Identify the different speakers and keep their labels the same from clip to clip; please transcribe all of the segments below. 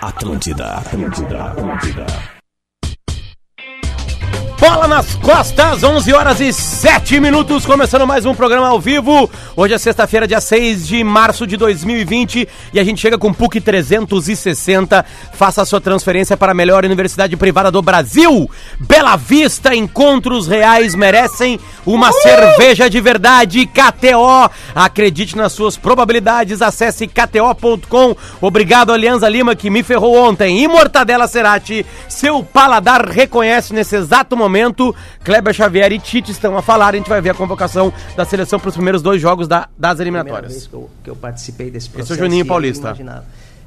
Speaker 1: Atlântida, Atlântida, Atlântida.
Speaker 2: Bola nas costas, 11 horas e 7 minutos, começando mais um programa ao vivo. Hoje é sexta-feira, dia 6 de março de 2020, e a gente chega com PUC 360. Faça a sua transferência para a melhor universidade privada do Brasil. Bela Vista, encontros reais merecem uma
Speaker 1: Uh!
Speaker 2: cerveja de verdade. KTO, acredite nas suas probabilidades, acesse kto.com. Obrigado, Alianza Lima, que me ferrou ontem. E Mortadela Cerati, seu paladar reconhece nesse exato momento. Kleber Xavier e Tite estão a falar. A gente vai ver a convocação da seleção para os primeiros dois jogos da-
Speaker 3: primeira
Speaker 2: das
Speaker 3: vez
Speaker 2: eliminatórias. é
Speaker 3: que eu, que eu participei desse processo. e
Speaker 2: Juninho
Speaker 3: eu
Speaker 2: Paulista.
Speaker 3: imaginava.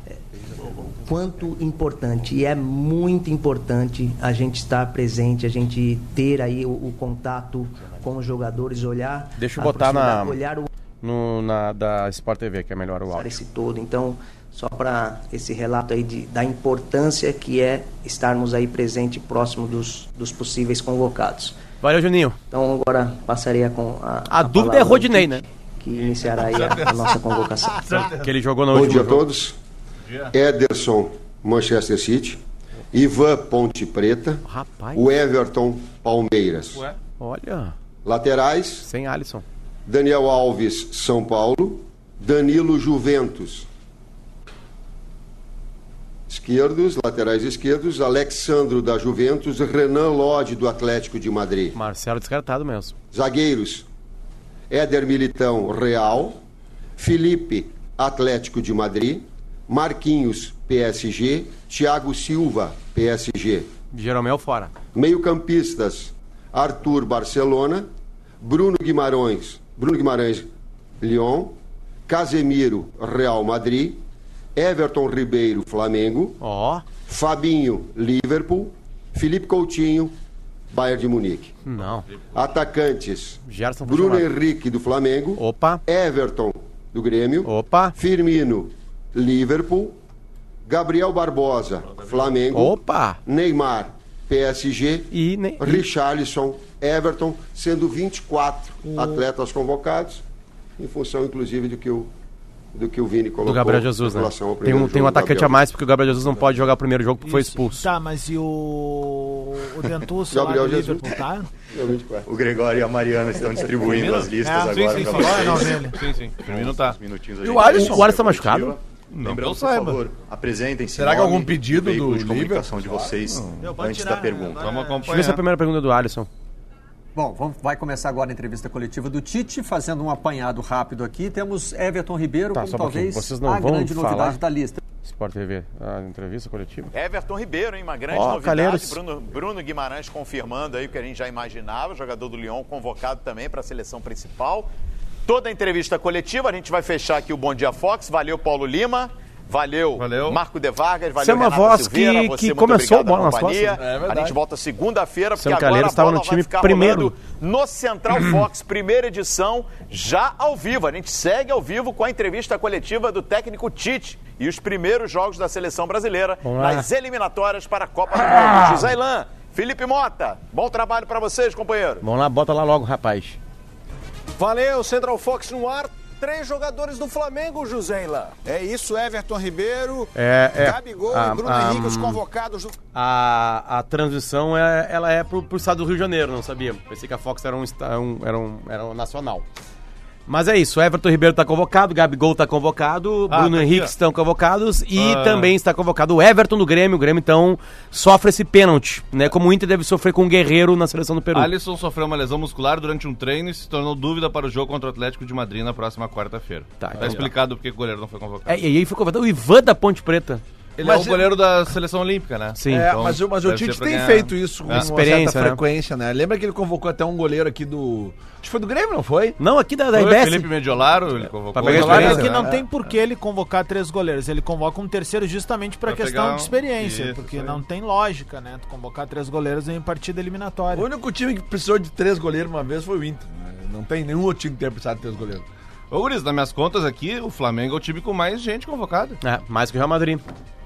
Speaker 3: É, o Quanto importante, e é muito importante a gente estar presente, a gente ter aí o, o contato com os jogadores, olhar.
Speaker 2: Deixa
Speaker 3: a
Speaker 2: eu botar na-
Speaker 3: proximidade, Olhar o
Speaker 2: No, na, da Sport TV, que é melhor o áudio.
Speaker 3: esse todo. Então, só para esse relato aí de, da importância que é estarmos aí presente próximo dos, dos possíveis convocados.
Speaker 2: Valeu, Juninho.
Speaker 3: Então, agora passaria com a.
Speaker 2: A dúvida
Speaker 3: palavra
Speaker 2: é
Speaker 3: ao Tite,
Speaker 2: Rodinei, né?
Speaker 3: Que iniciará aí a, a nossa convocação.
Speaker 2: Que ele jogou no
Speaker 4: Bom dia
Speaker 2: último
Speaker 4: a todos. Ederson, Manchester City. Ivan, Ponte Preta.
Speaker 2: Rapaz,
Speaker 4: O Everton, Palmeiras.
Speaker 2: olha.
Speaker 4: Laterais,
Speaker 2: Sem Alisson.
Speaker 4: Daniel Alves, São Paulo. Danilo, Juventus. Esquerdos, laterais esquerdos, Alexandro da Juventus, Renan Lodge do Atlético de Madrid.
Speaker 2: Marcelo descartado mesmo.
Speaker 4: Zagueiros: Éder Militão, Real. Felipe, Atlético de Madrid. Marquinhos, PSG. Thiago Silva, PSG.
Speaker 2: Jeromel fora.
Speaker 4: Meio-campistas: Arthur, Barcelona. Bruno Guimarães, Bruno Guimarães, Lyon. Casemiro, Real Madrid. Everton Ribeiro, Flamengo.
Speaker 2: Ó,
Speaker 4: Fabinho, Liverpool. Felipe Coutinho, Bayern de Munique.
Speaker 2: não.
Speaker 4: Atacantes:
Speaker 2: Gerson foi
Speaker 4: Bruno
Speaker 2: chamado.
Speaker 4: Henrique do Flamengo,
Speaker 2: Opa,
Speaker 4: Everton do Grêmio,
Speaker 2: opa,
Speaker 4: Firmino, Liverpool, Gabriel Barbosa, Flamengo,
Speaker 2: opa.
Speaker 4: Neymar, PSG,
Speaker 2: E, ne...
Speaker 4: Richarlison, Everton, sendo 24 atletas convocados, em função inclusive do que o do que o Vini colocou.
Speaker 2: do Gabriel Jesus,
Speaker 4: em
Speaker 2: né?
Speaker 4: relação ao
Speaker 2: Tem
Speaker 4: primeiro
Speaker 2: um, tem um
Speaker 4: jogo do
Speaker 2: atacante a
Speaker 4: Gabriel.
Speaker 2: mais, porque o Gabriel Jesus não pode jogar o primeiro jogo porque foi
Speaker 5: Isso.
Speaker 2: expulso.
Speaker 5: Tá, mas e o, o Dentuço lá
Speaker 4: Gabriel
Speaker 5: do
Speaker 4: Jesus.
Speaker 5: Liverpool, tá?
Speaker 4: É o 24.
Speaker 6: O Gregório e a Mariana estão distribuindo as listas
Speaker 5: É,
Speaker 6: agora.
Speaker 5: sim,
Speaker 6: pra
Speaker 5: sim, sim. Agora
Speaker 6: vocês.
Speaker 5: não, velho.
Speaker 7: Ah, Sim, sim. Firmino tá.
Speaker 6: Uns minutinhos a
Speaker 7: E o
Speaker 6: gente
Speaker 7: Alisson?
Speaker 6: tem
Speaker 2: O Alisson tá
Speaker 6: uma coletiva.
Speaker 2: machucado?
Speaker 6: Lembrando,
Speaker 7: que eu
Speaker 6: por
Speaker 7: saiba.
Speaker 6: favor, apresentem-se.
Speaker 7: Será que
Speaker 6: nome,
Speaker 7: algum pedido do
Speaker 6: veículo de
Speaker 7: Liverpool?
Speaker 6: comunicação de vocês antes da pergunta.
Speaker 7: Vamos
Speaker 2: Deixa eu ver se é
Speaker 7: acompanhar.
Speaker 2: a primeira pergunta do Alisson.
Speaker 8: Bom, vamos- vai começar agora a entrevista coletiva do Tite, fazendo um apanhado rápido aqui. Temos Everton Ribeiro
Speaker 2: Tá,
Speaker 8: como
Speaker 2: só um pouquinho.
Speaker 8: talvez
Speaker 2: Vocês não
Speaker 8: a
Speaker 2: vão
Speaker 8: grande
Speaker 2: falar?
Speaker 8: novidade da lista.
Speaker 2: Sport TV, a entrevista coletiva.
Speaker 9: Everton Ribeiro, hein? Uma grande
Speaker 2: Ó,
Speaker 9: novidade.
Speaker 2: Calheiros.
Speaker 9: Bruno, Bruno Guimarães confirmando aí o que a gente já imaginava, jogador do Lyon convocado também para a seleção principal. Toda a entrevista coletiva, a gente vai fechar aqui o Bom Dia Fox. Valeu, Paulo Lima. Valeu,
Speaker 7: Valeu.
Speaker 9: Marco De Vargas. Valeu,
Speaker 2: Você é uma
Speaker 9: Renata
Speaker 2: voz
Speaker 9: Silveira.
Speaker 2: que-
Speaker 9: Você,
Speaker 2: que
Speaker 9: muito
Speaker 2: começou o
Speaker 9: obrigado
Speaker 2: Bola nas
Speaker 9: à companhia.
Speaker 2: Costas.
Speaker 7: É verdade.
Speaker 9: a gente volta segunda-feira, porque
Speaker 2: Luciano
Speaker 9: agora
Speaker 2: Calheiros
Speaker 9: a
Speaker 2: estava
Speaker 9: bola
Speaker 2: no time
Speaker 9: vai ficar
Speaker 2: primeiro.
Speaker 9: rolando no Central Fox, primeira edição, já ao vivo. A gente segue ao vivo com a entrevista coletiva do técnico Tite e os primeiros jogos da seleção brasileira
Speaker 2: Vamos lá.
Speaker 9: nas eliminatórias para a Copa do Mundo. José Ilan, Felipe Mota, bom trabalho para vocês, companheiro.
Speaker 2: Vamos lá, bota lá logo, rapaz.
Speaker 10: Valeu, Central Fox no ar. Três jogadores do Flamengo, José Ilan. É isso, Everton Ribeiro,
Speaker 2: É, é,
Speaker 10: Gabigol
Speaker 2: ah,
Speaker 10: e Bruno
Speaker 2: ah,
Speaker 10: Henrique, os convocados do
Speaker 2: A, a transição é, ela é pro, pro estado do Rio de Janeiro, não sabia. Pensei que a Fox era um, esta- um- era um, era um nacional. Mas é isso, Everton Ribeiro tá convocado, Gabigol tá convocado,
Speaker 7: Ah,
Speaker 2: Bruno
Speaker 7: tá aqui,
Speaker 2: Henrique
Speaker 7: ó.
Speaker 2: estão convocados e
Speaker 7: Ah.
Speaker 2: também está convocado o Everton do Grêmio. O Grêmio então sofre esse pênalti, né? Como o Inter deve sofrer com o Guerreiro na seleção do Peru.
Speaker 7: Alisson sofreu uma lesão muscular durante um treino e se tornou dúvida para o jogo contra o Atlético de Madrid na próxima quarta-feira. Tá,
Speaker 2: Tá, então tá.
Speaker 7: explicado porque o goleiro não foi convocado.
Speaker 2: É, e aí foi convocado o Ivan da Ponte Preta.
Speaker 7: Ele é
Speaker 11: Mas
Speaker 7: o
Speaker 11: e-
Speaker 7: goleiro da seleção olímpica, né?
Speaker 2: Sim.
Speaker 11: É,
Speaker 7: Então,
Speaker 11: mas, o- mas o
Speaker 7: deve ser
Speaker 11: Tite
Speaker 7: pra
Speaker 11: tem
Speaker 7: ganhar-
Speaker 11: feito isso com
Speaker 7: É.
Speaker 11: uma
Speaker 2: Experiência,
Speaker 11: certa
Speaker 2: né?
Speaker 11: frequência, né? Lembra que ele convocou até um goleiro aqui do. Acho que foi do Grêmio, não foi? É,
Speaker 2: Não, aqui da, da
Speaker 7: Foi o
Speaker 2: RBS.
Speaker 7: Felipe Mediolaro, ele convocou.
Speaker 2: Pra pegar
Speaker 5: O
Speaker 2: a
Speaker 5: Claro
Speaker 2: experiência,
Speaker 5: é que
Speaker 2: né?
Speaker 5: não tem por que ele convocar três goleiros. Ele convoca um terceiro justamente para
Speaker 7: Pra
Speaker 5: questão
Speaker 7: pegar um-
Speaker 5: de experiência,
Speaker 7: Isso,
Speaker 5: porque
Speaker 7: isso aí.
Speaker 5: não tem lógica, né? Tu convocar três goleiros em partida
Speaker 11: O
Speaker 5: eliminatória.
Speaker 11: único time que precisou de três goleiros uma vez foi o Inter. né? Não tem nenhum outro time que tenha precisado de três goleiros.
Speaker 7: Ô, Guris, nas minhas contas aqui, o Flamengo é o time com mais gente convocada.
Speaker 2: É, mais que o Real Madrid.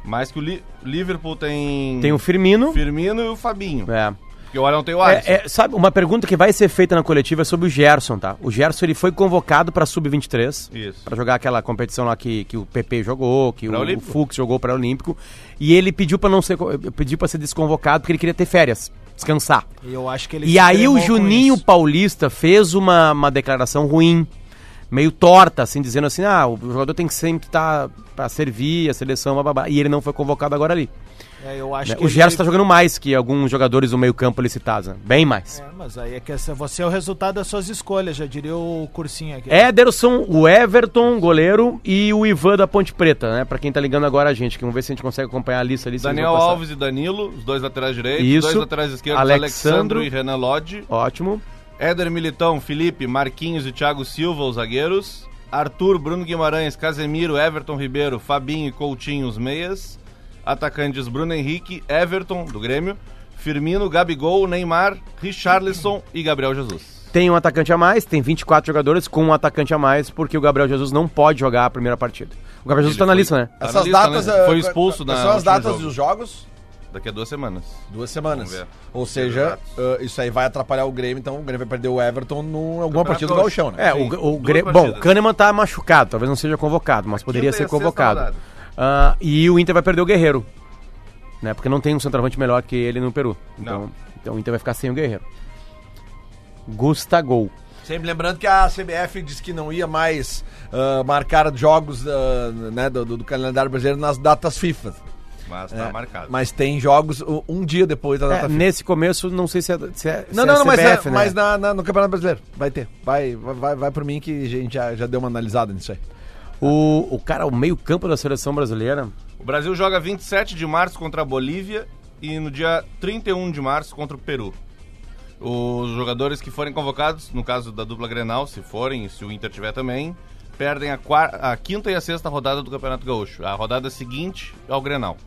Speaker 7: Mais que o Li- Liverpool tem...
Speaker 2: Tem o Firmino.
Speaker 7: Firmino e o Fabinho.
Speaker 2: É.
Speaker 7: Porque o Arão tem o Alisson.
Speaker 2: É, é, sabe, uma pergunta que vai ser feita na coletiva é sobre o Gerson, tá? O Gerson ele foi convocado pra Sub-23,
Speaker 7: Isso.
Speaker 2: pra jogar aquela competição lá que, que o PP jogou, que o, o
Speaker 7: Pré-olímpico.
Speaker 2: Fux jogou para olímpico, e ele pediu pra não ser co- pediu para ser desconvocado porque ele queria ter férias, descansar.
Speaker 5: E eu acho que ele
Speaker 2: E
Speaker 5: se
Speaker 2: aí o
Speaker 5: tremou com
Speaker 2: Juninho Paulista fez uma, uma declaração ruim, meio torta, assim, dizendo assim, ah, o jogador tem que sempre estar pra servir a seleção, bababá, e ele não foi convocado agora ali.
Speaker 5: É, eu acho
Speaker 2: Né?
Speaker 5: que
Speaker 2: O
Speaker 5: ele-
Speaker 2: Gerson tá jogando mais que alguns jogadores do meio campo licitados, né? bem mais.
Speaker 5: É, mas aí é que essa- você é o resultado das suas escolhas, já diria o cursinho aqui.
Speaker 11: É
Speaker 2: Ederson, o Everton, goleiro, e o Ivan da Ponte Preta, né? Pra quem tá ligando agora a gente, que vamos ver se a gente consegue acompanhar a lista ali. se
Speaker 7: Daniel
Speaker 2: eles vão passar.
Speaker 7: Alves e Danilo, os dois laterais direitos,
Speaker 2: Isso.
Speaker 7: dois laterais esquerdos,
Speaker 2: Alexandro.
Speaker 7: Alexandro e Renan Lodge.
Speaker 2: Ótimo.
Speaker 7: Éder Militão, Felipe, Marquinhos e Thiago Silva, os zagueiros. Arthur, Bruno Guimarães, Casemiro, Everton Ribeiro, Fabinho e Coutinho, os meias. Atacantes Bruno Henrique, Everton, do Grêmio, Firmino, Gabigol, Neymar, Richarlison e Gabriel Jesus.
Speaker 2: Tem um atacante a mais, tem 24 jogadores com um atacante a mais, porque o Gabriel Jesus não pode jogar a primeira partida. O Gabriel Jesus tá na lista, né?
Speaker 11: Essas
Speaker 7: lista,
Speaker 11: datas.
Speaker 7: né?
Speaker 11: eh,
Speaker 7: Foi expulso
Speaker 11: quais
Speaker 7: na- no
Speaker 11: São as
Speaker 7: último
Speaker 11: datas
Speaker 7: jogo.
Speaker 11: dos jogos?
Speaker 7: Daqui a duas semanas.
Speaker 11: Duas
Speaker 7: Vamos
Speaker 11: semanas.
Speaker 7: ver.
Speaker 11: Ou seja, eh, isso aí vai atrapalhar o Grêmio, então o Grêmio vai perder o Everton em alguma partida do
Speaker 2: Gaúcho.
Speaker 11: Gauchão, né?
Speaker 2: É, o, o Gre... Bom, o Kahneman tá machucado, talvez não seja convocado, mas
Speaker 7: e
Speaker 2: poderia
Speaker 7: a
Speaker 2: ser
Speaker 7: sexta
Speaker 2: convocado.
Speaker 7: rodada.
Speaker 2: Ah, e o Inter vai perder o Guerreiro, né? Porque não tem um centroavante melhor que ele no Peru. Então, então o Inter vai ficar sem o Guerreiro. Gustagol.
Speaker 11: Sempre lembrando que a CBF disse que não ia mais ah, marcar jogos ah, né, do, do calendário brasileiro nas datas FIFA.
Speaker 7: Mas
Speaker 11: É,
Speaker 7: tá marcado.
Speaker 11: Mas tem jogos uh, um dia depois da data
Speaker 2: É,
Speaker 11: FIFA.
Speaker 2: nesse começo, não sei se é, se é- se
Speaker 11: Não,
Speaker 2: é
Speaker 11: não, não, mas,
Speaker 2: CBF, né?
Speaker 11: na- mas na- na- no Campeonato Brasileiro. Vai ter. Vai, vai, vai, vai por mim que a gente já, já deu uma analisada nisso aí.
Speaker 2: O, o cara, o meio-campo da seleção brasileira.
Speaker 7: O Brasil joga 27 de março contra a Bolívia e no dia 31 de março contra o Peru. Os jogadores que forem convocados, no caso da dupla Grenal, se forem, e se o Inter tiver também, perdem a, quar- a quinta e a sexta rodada do Campeonato Gaúcho. A rodada seguinte é o Grenal.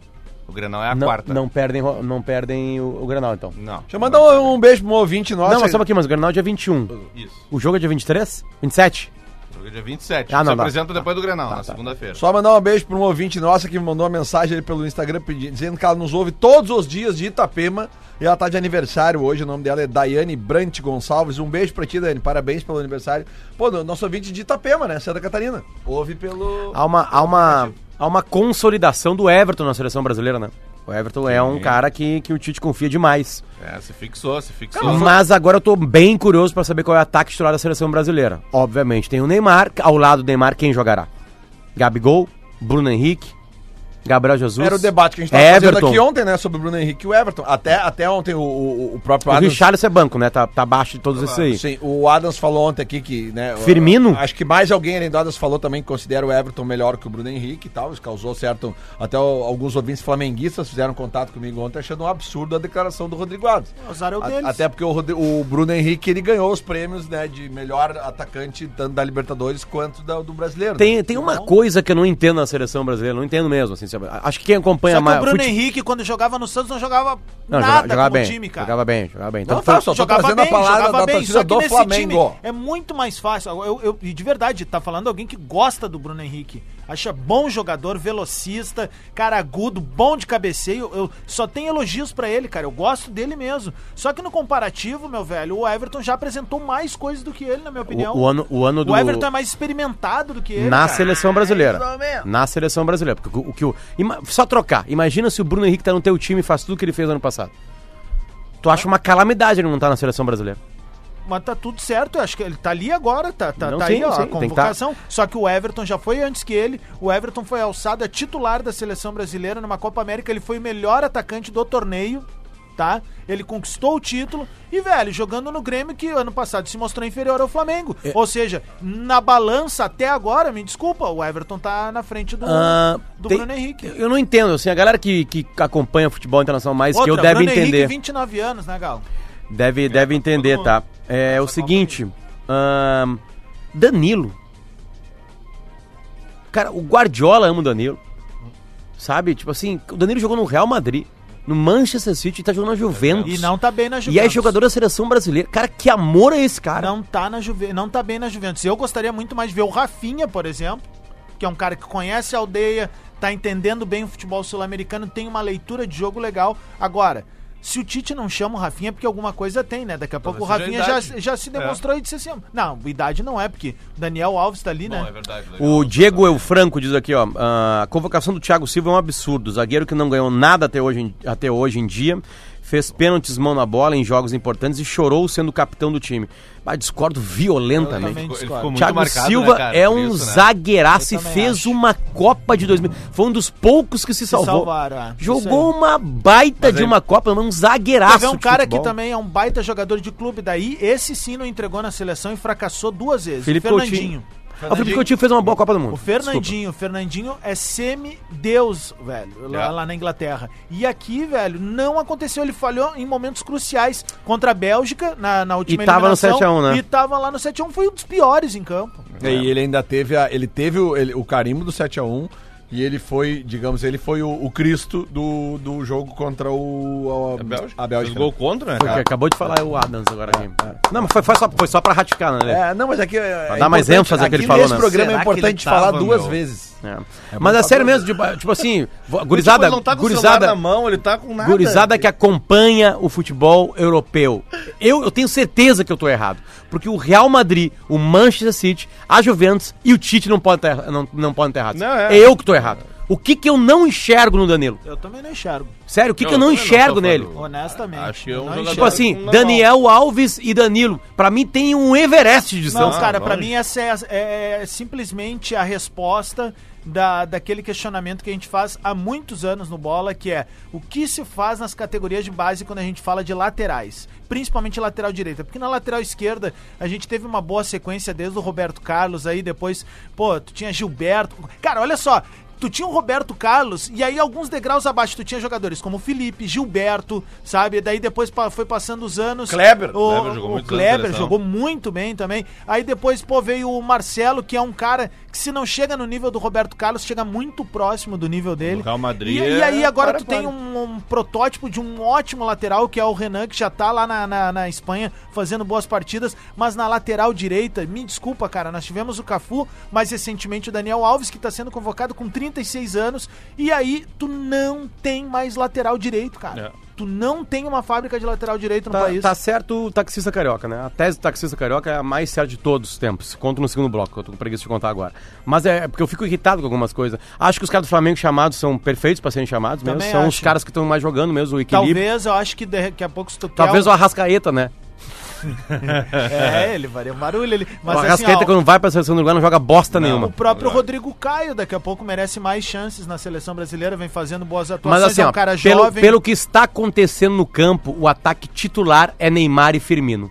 Speaker 7: O Grenal é a
Speaker 2: não,
Speaker 7: quarta.
Speaker 2: não perdem, ro- não perdem o, o Granal, então.
Speaker 7: Não.
Speaker 11: Deixa eu mandar um, um beijo pro ouvinte nosso.
Speaker 2: não, mas só aqui, mas o Granal é dia 21.
Speaker 7: Isso.
Speaker 2: O jogo é dia 23? 27?
Speaker 7: Joga dia 27.
Speaker 2: Ah, não,
Speaker 7: se
Speaker 2: não. Tá,
Speaker 7: apresenta depois do Grenal, na segunda-feira.
Speaker 11: Só mandar um beijo para um ouvinte nossa que me mandou uma mensagem ali pelo Instagram pedindo, dizendo que ela nos ouve todos os dias de Itapema e ela tá de aniversário hoje. O nome dela é Daiane Brant Gonçalves. Um beijo pra ti, Daiane. Parabéns pelo aniversário. Pô, no- nosso ouvinte de Itapema, né? Santa Catarina. Ouve pelo.
Speaker 2: Há uma, há uma, há uma consolidação do Everton na seleção brasileira, né? O Everton é um
Speaker 7: Sim.
Speaker 2: cara que, que o Tite confia demais.
Speaker 7: É, se fixou, se fixou.
Speaker 2: Mas agora eu tô bem curioso pra saber qual é o ataque titular da seleção brasileira. Obviamente, tem o Neymar, ao lado do Neymar, quem jogará? Gabigol, Bruno Henrique, Gabriel Jesus.
Speaker 11: Era o debate que a gente tava
Speaker 2: Everton.
Speaker 11: fazendo aqui ontem, né? Sobre o Bruno Henrique e o Everton. Até, até ontem o, o, o próprio
Speaker 2: O Richarlison é banco, né? Tá, tá abaixo de todos esses aí.
Speaker 11: Sim, o Adams falou ontem aqui que, né? o-
Speaker 2: Firmino?
Speaker 11: Acho que mais alguém além do Adams falou também que considera o Everton melhor que o Bruno Henrique e tal. Isso causou certo. Até o- alguns ouvintes flamenguistas fizeram contato comigo ontem achando um absurdo a declaração do Rodrigo Adams.
Speaker 5: Usaram É, o
Speaker 11: A-
Speaker 5: deles.
Speaker 11: Até porque o, Rodri- o Bruno Henrique ele ganhou os prêmios né, de melhor atacante, tanto da Libertadores quanto da- do brasileiro.
Speaker 2: Tem, tem uma coisa que eu não entendo na seleção brasileira, não entendo mesmo. Assim, sabe? Acho que quem acompanha
Speaker 5: Só que
Speaker 2: mais.
Speaker 5: o Bruno
Speaker 2: fute-
Speaker 5: Henrique, quando jogava no Santos, não jogava
Speaker 2: Não,
Speaker 5: nada
Speaker 2: joga- jogava
Speaker 5: com
Speaker 2: bem.
Speaker 5: o time, cara.
Speaker 2: Jogava bem, jogava bem. Então,
Speaker 11: Não, tá, só tô
Speaker 5: jogava
Speaker 11: trazendo
Speaker 5: bem,
Speaker 11: a palavra
Speaker 5: jogava
Speaker 11: da
Speaker 5: bem,
Speaker 11: torcida
Speaker 5: só que
Speaker 11: do
Speaker 5: nesse
Speaker 11: Flamengo.
Speaker 5: time é muito mais fácil. Eu, eu- e de verdade, tá falando alguém que gosta do Bruno Henrique. Acha bom jogador, velocista, cara agudo, bom de cabeceio. Eu só tenho elogios pra ele, cara. Eu gosto dele mesmo. Só que no comparativo, meu velho, o Everton já apresentou mais coisas do que ele, na minha opinião.
Speaker 2: o, o ano, o ano do.
Speaker 5: um- O Everton é mais experimentado do que ele.
Speaker 2: Na
Speaker 5: cara.
Speaker 2: seleção
Speaker 5: É
Speaker 2: brasileira. Na seleção brasileira. Porque o o que o. ima- Só trocar. Imagina se o Bruno Henrique tá no teu time e faz tudo que ele fez ano passado. Tu acha uma calamidade ele não tá na seleção brasileira.
Speaker 5: Mas tá tudo certo, eu acho que ele tá ali agora, tá, tá,
Speaker 2: Não,
Speaker 5: tá
Speaker 2: sim,
Speaker 5: aí ó,
Speaker 2: sim,
Speaker 5: a
Speaker 2: tem que
Speaker 5: convocação. Só que o Everton já foi antes que ele. O Everton foi alçado a titular da seleção brasileira numa Copa América. Ele foi o melhor atacante do torneio, tá? Ele conquistou o título e, velho, jogando no Grêmio que ano passado se mostrou inferior ao Flamengo.
Speaker 2: É.
Speaker 5: Ou seja, na balança até agora, me desculpa, o Everton tá na frente do,
Speaker 2: Ah,
Speaker 5: do
Speaker 2: tem-
Speaker 5: Bruno Henrique.
Speaker 2: Eu não entendo, assim, a galera que, que acompanha futebol internacional mais que eu
Speaker 5: Bruno
Speaker 2: deve entender.
Speaker 5: Henrique, né? 29 anos, né, Gal?
Speaker 2: Deve, deve entender, tá? É o seguinte. ahn, Danilo. Cara, o Guardiola ama o Danilo. Sabe? Tipo assim, o Danilo jogou no Real Madrid, no Manchester City, tá jogando na Juventus.
Speaker 5: É E não tá bem na
Speaker 2: E é jogador da seleção brasileira. Cara, que amor é esse cara?
Speaker 5: Não tá na Juve, não tá bem na Juventus. Eu gostaria muito mais de ver o Rafinha, por exemplo, que é um cara que conhece a aldeia, tá entendendo bem o futebol sul-americano, tem uma leitura de jogo legal. Agora, Se o Tite não chama o Rafinha é porque alguma coisa tem, né? Daqui a pouco o
Speaker 7: seja a
Speaker 5: Rafinha já,
Speaker 7: idade. É.
Speaker 5: já se demonstrou e disse assim: ó, não, idade não é, porque o Daniel Alves tá ali, né?
Speaker 7: é verdade.
Speaker 2: O Diego Eufranco diz aqui, ó, "Ah, a convocação do Thiago Silva é um absurdo. Zagueiro que não ganhou nada até hoje, em- até hoje em dia, fez pênaltis mão na bola em jogos importantes e chorou sendo capitão do time. Mas discordo
Speaker 7: Ele
Speaker 2: violentamente.
Speaker 7: ficou- ele ficou muito
Speaker 2: Thiago
Speaker 7: marcado,
Speaker 2: Silva
Speaker 7: né, cara,
Speaker 2: é
Speaker 7: por
Speaker 2: um
Speaker 7: isso, né?
Speaker 2: zagueiraço e
Speaker 5: Eu também
Speaker 2: fez
Speaker 5: acho.
Speaker 2: uma Copa de 2000. Foi um dos poucos que se, salvou.
Speaker 5: salvaram, é.
Speaker 2: Jogou uma baita
Speaker 7: Mas
Speaker 2: de
Speaker 7: ele-
Speaker 2: uma Copa, um zagueiraço.
Speaker 5: Quer ver um
Speaker 2: de
Speaker 5: cara que
Speaker 2: futebol.
Speaker 5: também é um baita jogador de clube, daí esse sim não entregou na seleção e fracassou duas vezes.
Speaker 2: Felipe
Speaker 5: o Fernandinho.
Speaker 2: Ah, o Felipe Coutinho fez uma boa Copa do Mundo.
Speaker 5: O Fernandinho, o Fernandinho é semi-deus, velho, lá,
Speaker 7: É.
Speaker 5: lá na Inglaterra. E aqui, velho, não aconteceu. Ele falhou em momentos cruciais contra a Bélgica na, na última
Speaker 2: E tava no
Speaker 5: eliminação,
Speaker 2: 7x1, né?
Speaker 5: E tava lá no 7x1, foi um dos piores em campo.
Speaker 11: É, E ele ainda teve a, ele teve o, ele- o carimbo do 7x1 e ele foi, digamos, ele foi o, o Cristo do, do jogo contra o a,
Speaker 7: A Bélgica.
Speaker 11: a Bélgica.
Speaker 7: Fez gol contra, né,
Speaker 2: Foi o que
Speaker 7: cara?
Speaker 2: acabou de falar o Adams agora aqui. Ah. Não, mas foi, foi só, foi só pra ratificar, né, Lê?
Speaker 11: É, não, mas aqui
Speaker 2: Pra dar mais ênfase ao que ele falou,
Speaker 11: nesse
Speaker 2: né?
Speaker 11: programa
Speaker 7: Será
Speaker 11: é
Speaker 7: que ele
Speaker 11: importante
Speaker 7: tava,
Speaker 11: falar duas
Speaker 7: meu?
Speaker 11: vezes.
Speaker 2: É. Mas é
Speaker 7: Tá
Speaker 2: sério mesmo, tipo, tipo assim, vo- gurizada,
Speaker 7: ele não tá com o
Speaker 2: gurizada,
Speaker 7: celular na mão, ele tá com nada.
Speaker 2: gurizada que acompanha o futebol europeu. Eu, eu tenho certeza que eu tô errado, porque o Real Madrid, o Manchester City, a Juventus e o Tite não podem estar não, não podem estar errados.
Speaker 7: Não, é.
Speaker 2: Eu que tô errado. O que que eu não enxergo no Danilo?
Speaker 5: Eu também não enxergo,
Speaker 2: Sério, o que
Speaker 7: Não,
Speaker 2: que eu não
Speaker 7: eu também não
Speaker 2: enxergo
Speaker 7: sou fã
Speaker 2: nele?
Speaker 7: do-
Speaker 5: honestamente.
Speaker 7: Acho que é um
Speaker 5: Não
Speaker 7: jogador-
Speaker 5: enxergo.
Speaker 2: Tipo assim,
Speaker 7: Não.
Speaker 2: Daniel Alves e Danilo, pra mim tem um Everest de
Speaker 5: Não,
Speaker 2: distância.
Speaker 5: cara,
Speaker 7: não,
Speaker 5: pra
Speaker 7: não.
Speaker 5: mim essa é, é- é simplesmente a resposta da, daquele questionamento que a gente faz há muitos anos no bola, que é o que se faz nas categorias de base quando a gente fala de laterais, principalmente lateral direita, porque na lateral esquerda a gente teve uma boa sequência desde o Roberto Carlos aí, depois, pô, tu tinha Gilberto. Cara, olha só, Tu tinha o Roberto Carlos, e aí alguns degraus abaixo, tu tinha jogadores como Felipe, Gilberto, sabe? Daí depois pa- foi passando os anos.
Speaker 11: Kleber.
Speaker 5: O
Speaker 7: Kleber jogou
Speaker 5: Kleber jogou,
Speaker 7: muitos
Speaker 5: o
Speaker 7: anos na
Speaker 5: Kleber
Speaker 7: seleção.
Speaker 5: jogou muito bem também. Aí depois, pô, veio o Marcelo, que é um cara que se não chega no nível do Roberto Carlos, chega muito próximo do nível dele.
Speaker 7: Real Madrid
Speaker 5: E, e aí
Speaker 7: é
Speaker 5: agora
Speaker 7: para,
Speaker 5: tu tem
Speaker 7: para.
Speaker 5: um, um protótipo de um ótimo lateral, que é o Renan, que já tá lá na, na, na Espanha fazendo boas partidas, mas na lateral direita, me desculpa, cara, nós tivemos o Cafu, mais recentemente o Daniel Alves, que tá sendo convocado com 36 anos, e aí tu não tem mais lateral direito, cara.
Speaker 7: É.
Speaker 5: Tu não tem uma fábrica de lateral direito no
Speaker 2: Tá,
Speaker 5: país.
Speaker 2: tá certo o taxista carioca, né? A tese do taxista carioca é a mais certa de todos os tempos. Conto no segundo bloco, que eu tô com preguiça de contar agora. Mas é porque eu fico irritado com algumas coisas. Acho que os caras do Flamengo chamados são perfeitos pra serem chamados mesmo.
Speaker 5: Também
Speaker 2: são os
Speaker 5: acho.
Speaker 2: caras que estão mais jogando mesmo, o equilíbrio.
Speaker 5: Talvez, eu acho que daqui a pouco se tu quer
Speaker 2: Talvez,
Speaker 5: um-
Speaker 2: o Arrascaeta, né?
Speaker 5: É, ele varia um barulho ali. Mas
Speaker 2: o
Speaker 5: assim,
Speaker 2: Arrascaeta,
Speaker 5: ó,
Speaker 2: quando vai pra seleção do lugar, não joga bosta
Speaker 5: o
Speaker 2: nenhuma.
Speaker 5: próprio Rodrigo Caio daqui a pouco merece mais chances na seleção brasileira, vem fazendo boas atuações,
Speaker 2: Mas assim,
Speaker 5: é um
Speaker 2: ó,
Speaker 5: cara
Speaker 2: pelo,
Speaker 5: jovem.
Speaker 2: pelo que está acontecendo no campo, o ataque titular é Neymar e Firmino.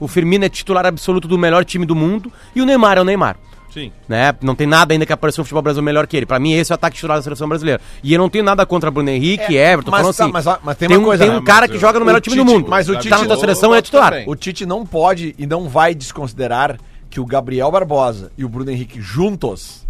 Speaker 2: O Firmino é titular absoluto do melhor time do mundo e o Neymar é o Neymar.
Speaker 7: Sim.
Speaker 2: né? Não tem nada ainda que apareceu no futebol brasileiro melhor que ele. Pra mim, esse é o ataque titular da seleção brasileira. E eu não tenho nada contra Bruno Henrique, Everton,
Speaker 11: mas
Speaker 2: falando
Speaker 11: tá,
Speaker 2: assim.
Speaker 11: mas a- mas tem
Speaker 2: tem,
Speaker 11: uma
Speaker 2: um,
Speaker 11: coisa,
Speaker 2: tem
Speaker 11: né,
Speaker 2: um cara
Speaker 7: mas
Speaker 2: que
Speaker 7: o-
Speaker 2: joga no melhor
Speaker 11: o
Speaker 2: time do
Speaker 11: Tite-
Speaker 2: mundo.
Speaker 11: mas o
Speaker 2: tá
Speaker 11: Tite-
Speaker 2: na outra seleção é titular.
Speaker 7: também.
Speaker 11: O Tite não pode e não vai desconsiderar que o Gabriel Barbosa e o Bruno Henrique juntos,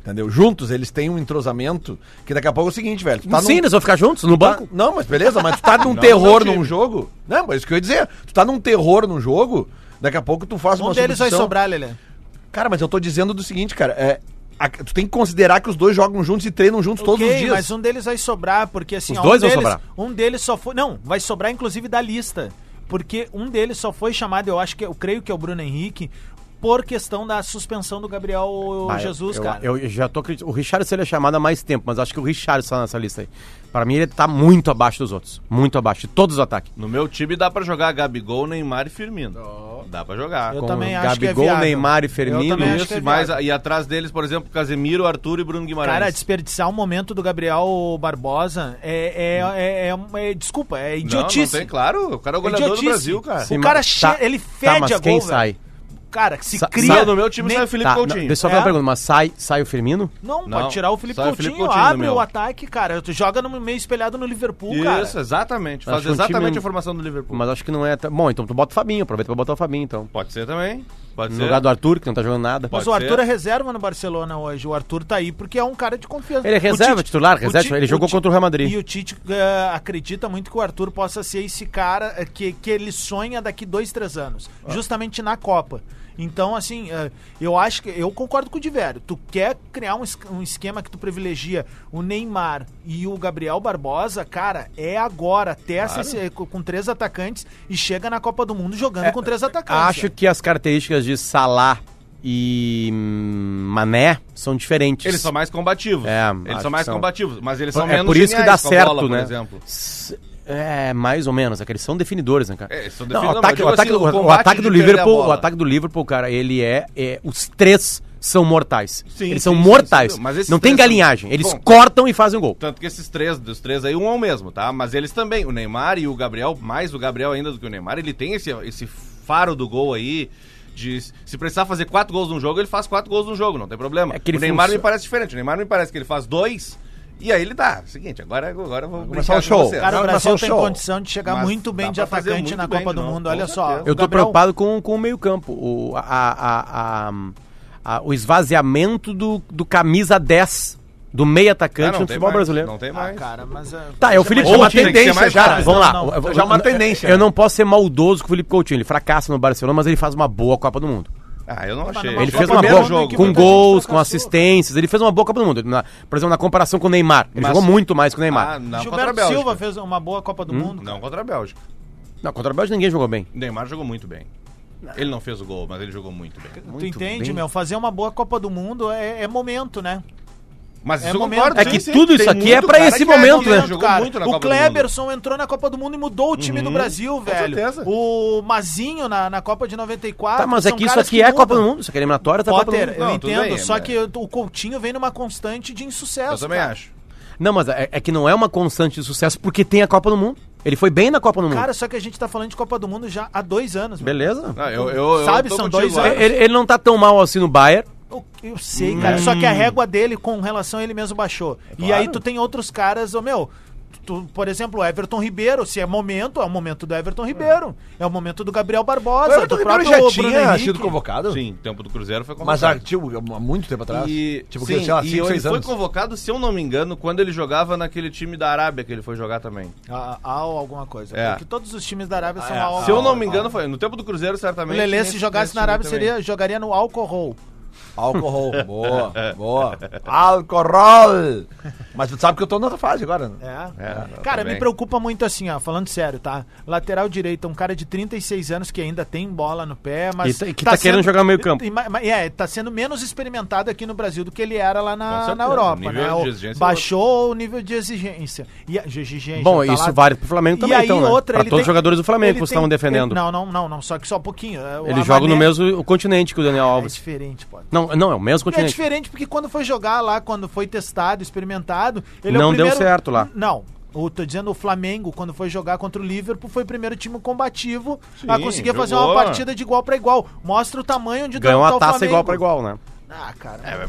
Speaker 11: entendeu? Juntos eles têm um entrosamento que daqui a pouco é o seguinte, velho. tu tá
Speaker 2: Sim,
Speaker 11: num-
Speaker 2: eles vão ficar juntos no
Speaker 11: Tá-
Speaker 2: banco.
Speaker 11: não, mas beleza, mas tu tá num
Speaker 7: Não, não,
Speaker 11: terror
Speaker 7: time.
Speaker 11: num jogo. Não, mas isso que eu ia dizer. Tu tá num terror num jogo, daqui a pouco tu faz
Speaker 5: Um
Speaker 11: uma
Speaker 5: deles vai
Speaker 11: substituição.
Speaker 5: sobrar, Lelê.
Speaker 11: Cara, mas eu tô dizendo do seguinte, cara. É, a- tu tem que considerar que os dois jogam juntos e treinam juntos todos
Speaker 5: Ok,
Speaker 11: os dias.
Speaker 5: Mas um deles vai sobrar, porque assim,
Speaker 2: Os
Speaker 5: ó,
Speaker 2: dois
Speaker 5: um
Speaker 2: vão
Speaker 5: deles,
Speaker 2: sobrar.
Speaker 5: Um deles só foi. Não, vai sobrar, inclusive, da lista. Porque um deles só foi chamado, eu acho que eu creio que é o Bruno Henrique, por questão da suspensão do Gabriel
Speaker 2: Ah, eu-
Speaker 5: Jesus,
Speaker 2: eu,
Speaker 5: cara.
Speaker 2: Eu, já tô acreditando. O Richard seria chamado há mais tempo, mas acho que o Richard está nessa lista aí. Pra mim, ele tá muito abaixo dos outros. Muito abaixo de todos os ataques.
Speaker 7: No meu time dá pra jogar Gabigol, Neymar e Firmino. Dá pra jogar.
Speaker 5: Eu também acho que é
Speaker 2: Gabigol,
Speaker 5: viável.
Speaker 2: Neymar e
Speaker 5: Eu
Speaker 2: Firmino.
Speaker 5: também acho
Speaker 7: Isso,
Speaker 5: que é
Speaker 7: mas-
Speaker 5: viável.
Speaker 7: e atrás deles, por exemplo, Casemiro, Arthur e Bruno Guimarães.
Speaker 5: Cara, desperdiçar o momento do Gabriel Barbosa é. é, é, é- é- desculpa, é
Speaker 7: Não, não
Speaker 5: idiotice.
Speaker 7: tem, claro. O cara é o goleador do
Speaker 5: Idiotice.
Speaker 7: Brasil, cara.
Speaker 2: Sim,
Speaker 5: o cara
Speaker 2: mas
Speaker 5: che...
Speaker 2: tá-
Speaker 5: ele
Speaker 2: tá,
Speaker 5: fede
Speaker 2: mas
Speaker 5: a gol.
Speaker 2: quem
Speaker 5: velho.
Speaker 2: sai?
Speaker 5: Cara, que se
Speaker 2: Sa-
Speaker 5: cria.
Speaker 2: sai
Speaker 7: no meu time,
Speaker 5: nem-
Speaker 7: sai o Felipe
Speaker 2: Tá, não,
Speaker 7: Coutinho.
Speaker 2: deixa eu só
Speaker 5: É.
Speaker 2: fazer uma pergunta, mas sai, sai o Firmino?
Speaker 5: Não,
Speaker 7: Não,
Speaker 5: pode tirar o Felipe
Speaker 7: sai o
Speaker 5: Coutinho,
Speaker 7: Felipe Coutinho no
Speaker 5: abre
Speaker 7: meu.
Speaker 5: o ataque, cara. Tu joga no meio espelhado no Liverpool, cara.
Speaker 7: Isso, exatamente.
Speaker 2: Acho
Speaker 7: Faz
Speaker 2: que
Speaker 11: é
Speaker 2: um
Speaker 7: exatamente
Speaker 2: time-
Speaker 7: a formação do Liverpool.
Speaker 2: Mas acho que não é. tão- Bom, então tu bota o Fabinho, aproveita pra botar o Fabinho, então.
Speaker 7: Pode ser também. Pode
Speaker 2: No
Speaker 7: ser.
Speaker 2: lugar do Arthur, que não tá jogando nada.
Speaker 5: Mas
Speaker 7: Pode
Speaker 5: o Arthur
Speaker 7: ser.
Speaker 5: é reserva no Barcelona hoje. O Arthur tá aí porque é um cara de confiança.
Speaker 2: Ele é
Speaker 5: O
Speaker 2: reserva, titular, reserva, ele jogou
Speaker 5: Ti-
Speaker 2: contra o Real Madrid.
Speaker 5: E o Tite eh, acredita muito que o Arthur
Speaker 2: Ah.
Speaker 5: possa ser esse cara eh, que, que ele sonha daqui dois, três anos. Justamente na Copa. Então, assim, eh, eu acho que. Eu concordo com o Diverio. Tu quer criar um, es- um esquema que tu privilegia o Neymar e o Gabriel Barbosa, cara, é agora. Testa
Speaker 2: Claro.
Speaker 5: esse- com três atacantes e chega na Copa do Mundo jogando com três atacantes.
Speaker 2: É, Acho que as características de Salah e hum, Mané são diferentes.
Speaker 7: Eles são mais combativos.
Speaker 2: É, acho
Speaker 7: eles
Speaker 2: que
Speaker 7: são mais
Speaker 2: são.
Speaker 7: combativos, mas eles
Speaker 2: Por-
Speaker 7: são
Speaker 2: é
Speaker 7: menos
Speaker 2: por isso que dá
Speaker 7: geniais com a
Speaker 2: certo,
Speaker 7: bola, por
Speaker 2: né?
Speaker 7: exemplo.
Speaker 2: S- É, mais ou menos, é que eles são definidores, né, cara?
Speaker 7: É, eles são
Speaker 2: Não,
Speaker 7: definidores,
Speaker 2: o ataque,
Speaker 7: mas eu
Speaker 2: o ataque,
Speaker 7: digo assim,
Speaker 2: do-
Speaker 7: o
Speaker 2: o
Speaker 7: combate
Speaker 2: ataque do
Speaker 7: de perder a
Speaker 2: Liverpool,
Speaker 7: bola.
Speaker 2: o ataque do Liverpool, cara, ele é, é- os três são mortais.
Speaker 7: Sim,
Speaker 2: eles
Speaker 7: sim,
Speaker 2: são
Speaker 7: sim,
Speaker 2: mortais.
Speaker 7: sim, mas esses
Speaker 2: não tem
Speaker 7: três são-
Speaker 2: galinhagem, eles
Speaker 7: Bom,
Speaker 2: cortam e fazem o gol.
Speaker 7: Tanto que esses três, dos três aí, um é o mesmo, tá? Mas eles também, o Neymar e o Gabriel, mais o Gabriel ainda do que o Neymar, ele tem esse, esse faro do gol aí. De, se precisar fazer quatro gols num jogo, ele faz quatro gols num jogo, não tem problema.
Speaker 2: É que ele
Speaker 7: o Neymar
Speaker 2: funcio-
Speaker 7: me parece diferente. O Neymar me parece que ele faz dois e aí ele dá. É Seguinte, agora, agora eu vou
Speaker 11: começar
Speaker 7: brincar
Speaker 11: o show.
Speaker 7: com vocês.
Speaker 5: Cara, o
Speaker 11: Agora
Speaker 5: Brasil
Speaker 11: começar
Speaker 5: tem
Speaker 11: o show.
Speaker 5: condição de chegar
Speaker 7: Mas
Speaker 5: muito bem
Speaker 7: dá
Speaker 5: de
Speaker 7: pra fazer
Speaker 5: atacante
Speaker 7: muito
Speaker 5: na
Speaker 7: bem
Speaker 5: Copa
Speaker 7: de
Speaker 5: do
Speaker 7: novo,
Speaker 5: Mundo.
Speaker 7: com
Speaker 5: Olha só.
Speaker 7: certeza.
Speaker 5: o
Speaker 2: Eu tô
Speaker 5: Gabriel-
Speaker 2: preocupado com, com o meio-campo. O, a- a- a- a- a- o esvaziamento do, do camisa 10, do meio
Speaker 7: Ah,
Speaker 2: atacante
Speaker 7: não
Speaker 2: no
Speaker 7: tem
Speaker 2: futebol
Speaker 7: mais,
Speaker 2: brasileiro.
Speaker 7: Não tem
Speaker 5: Ah,
Speaker 7: mais.
Speaker 5: cara, mas. é-
Speaker 2: Tá, é o Felipe
Speaker 11: Ou
Speaker 2: Coutinho.
Speaker 11: tinha que ser
Speaker 2: Tem que ser
Speaker 11: mais
Speaker 2: cara.
Speaker 11: fácil.
Speaker 2: Vamos lá.
Speaker 5: Não, não.
Speaker 2: Eu vou-
Speaker 11: Já é uma
Speaker 2: eu-
Speaker 11: tendência,
Speaker 2: Eu
Speaker 11: né?
Speaker 2: não posso ser maldoso com o Felipe Coutinho. Ele fracassa no Barcelona, mas ele faz uma boa Copa do Mundo.
Speaker 7: Ah, eu não achei.
Speaker 5: Mas
Speaker 2: Ele
Speaker 5: foi
Speaker 2: fez
Speaker 5: o
Speaker 2: uma
Speaker 5: primeiro
Speaker 2: boa
Speaker 5: jogo que
Speaker 2: com
Speaker 5: muita gente
Speaker 2: gols, com
Speaker 5: fracassou.
Speaker 2: assistências. Ele fez uma boa Copa do Mundo. Na- por exemplo, na comparação com o Neymar. Ele
Speaker 7: Mas-
Speaker 2: jogou muito mais que o Neymar.
Speaker 7: Ah, não, contra a
Speaker 5: Gilberto
Speaker 7: Bélgica. Hum?
Speaker 5: Silva fez uma boa Copa do Mundo.
Speaker 7: Não contra a Bélgica.
Speaker 2: Não, contra o Bélgica ninguém jogou bem.
Speaker 7: O Neymar jogou muito bem. Ele não fez o gol, mas ele jogou muito bem.
Speaker 5: Tu entende,
Speaker 2: bem.
Speaker 5: meu? Fazer uma boa Copa do Mundo é, é momento, né?
Speaker 7: Mas
Speaker 5: É
Speaker 7: isso eu
Speaker 5: momento.
Speaker 7: concordo,
Speaker 5: É
Speaker 7: sim,
Speaker 2: que
Speaker 7: sim.
Speaker 2: tudo isso
Speaker 7: Tem
Speaker 2: aqui é
Speaker 7: muito
Speaker 2: pra
Speaker 7: cara
Speaker 2: esse
Speaker 7: que
Speaker 2: momento, né?
Speaker 7: momento, Jogou
Speaker 5: cara.
Speaker 7: muito na
Speaker 5: o
Speaker 7: Copa do Mundo. Uhum.
Speaker 5: Kleberson entrou na Copa do Mundo e mudou o time do Brasil, velho.
Speaker 7: certeza.
Speaker 5: O Mazinho na, na Copa de 94.
Speaker 2: Tá, mas é
Speaker 5: Ah, são
Speaker 2: que isso
Speaker 5: caras
Speaker 2: aqui é
Speaker 5: mudam.
Speaker 2: Copa do Mundo. Isso aqui é eliminatória, tá Copa do
Speaker 5: Potter,
Speaker 2: Mundo.
Speaker 5: eu
Speaker 7: Não, tudo
Speaker 5: entendo,
Speaker 7: bem, é,
Speaker 5: só
Speaker 7: mas-
Speaker 5: que o Coutinho vem numa constante de insucesso.
Speaker 7: Eu também
Speaker 5: cara.
Speaker 7: acho.
Speaker 2: Não, mas é, é que não é uma constante de sucesso porque tem a Copa do Mundo. Ele foi bem na Copa do Mundo.
Speaker 5: Cara, só que a gente tá falando de Copa do Mundo já há dois anos. mano.
Speaker 2: Beleza?
Speaker 7: Ah, eu, eu, eu
Speaker 5: Sabe,
Speaker 7: tô
Speaker 5: são
Speaker 7: contigo,
Speaker 5: dois
Speaker 11: é.
Speaker 7: Alex.
Speaker 2: Ele, ele não tá tão mal assim no Bayern.
Speaker 5: Eu, eu sei, cara.
Speaker 7: Hum.
Speaker 5: Só que a régua dele com relação a ele mesmo baixou.
Speaker 7: É
Speaker 5: E aí tu tem outros caras, ô meu. tu- por exemplo, o Everton Ribeiro, se é momento, é o momento do Everton Ribeiro. É o momento do Gabriel Barbosa,
Speaker 11: Everton
Speaker 5: do
Speaker 11: Ribeiro
Speaker 5: próprio
Speaker 11: já
Speaker 5: Bruno
Speaker 11: tinha
Speaker 5: Henrique.
Speaker 11: sido convocado?
Speaker 7: Sim, o tempo do Cruzeiro foi
Speaker 11: Mas
Speaker 7: convocado.
Speaker 11: há, tipo, há muito tempo atrás?
Speaker 7: E,
Speaker 11: tipo,
Speaker 7: sim,
Speaker 11: que, sei lá,
Speaker 7: e
Speaker 11: 5,
Speaker 7: ele
Speaker 11: 6
Speaker 7: foi
Speaker 11: anos.
Speaker 7: convocado, se eu não me engano, quando ele jogava naquele time da Arábia que ele foi jogar também.
Speaker 5: Ah, ao alguma coisa.
Speaker 7: É.
Speaker 5: Porque todos os times da Arábia são ao,
Speaker 7: se eu não me
Speaker 5: ao-
Speaker 7: engano, foi no tempo do Cruzeiro,
Speaker 5: O
Speaker 7: certamente.
Speaker 5: Lelê,
Speaker 7: nesse-
Speaker 5: se jogasse
Speaker 7: nesse
Speaker 5: na Arábia,
Speaker 7: time também.
Speaker 5: seria, jogaria no Alcohol.
Speaker 11: Álcool, boa, boa. Alcorol! Mas tu sabe que eu tô noutra fase agora. né?
Speaker 5: É.
Speaker 2: Tá,
Speaker 7: É,
Speaker 5: Cara,
Speaker 7: também.
Speaker 5: me preocupa muito assim, ó, falando sério, tá? Lateral direito, é um cara de 36 anos que ainda tem bola no pé, mas.
Speaker 2: E tá- e que tá querendo jogar no meio-campo.
Speaker 5: e ma- ma- É, tá sendo menos experimentado aqui no Brasil do que ele era lá
Speaker 7: Com
Speaker 5: na,
Speaker 7: certeza,
Speaker 5: na Europa,
Speaker 7: o nível
Speaker 5: né?
Speaker 7: de
Speaker 5: O-
Speaker 7: exigência é
Speaker 5: baixou o nível de exigência. E a, de exigência
Speaker 2: Bom,
Speaker 5: tá
Speaker 2: isso
Speaker 5: lá-
Speaker 2: vale pro Flamengo
Speaker 5: E
Speaker 2: também,
Speaker 5: aí
Speaker 2: então, né?
Speaker 5: outra,
Speaker 2: Pra
Speaker 5: ele
Speaker 2: todos
Speaker 5: tem-
Speaker 2: os jogadores do Flamengo
Speaker 5: ele
Speaker 2: que vocês
Speaker 5: tem-
Speaker 2: estavam defendendo.
Speaker 5: ele- não, não, não, não, só que só um pouquinho. é, o
Speaker 2: Ele joga no
Speaker 5: Amané-
Speaker 2: mesmo o continente que o Daniel
Speaker 5: É
Speaker 2: Alves.
Speaker 5: diferente, pô.
Speaker 2: Não, não, é o mesmo
Speaker 5: É
Speaker 2: continente.
Speaker 5: diferente porque quando foi jogar lá, quando foi testado, experimentado, ele é
Speaker 2: Não
Speaker 5: o
Speaker 2: deu
Speaker 5: primeiro...
Speaker 2: certo lá.
Speaker 5: Não. Eu tô dizendo o Flamengo, quando foi jogar contra o Liverpool, foi o primeiro time combativo a conseguir fazer uma
Speaker 7: jogou.
Speaker 5: partida de igual pra igual. Mostra o tamanho de
Speaker 2: Ganhou
Speaker 5: tá
Speaker 2: a
Speaker 5: o
Speaker 2: taça
Speaker 5: Flamengo.
Speaker 2: igual pra igual, né?
Speaker 5: Ah, cara.
Speaker 11: É,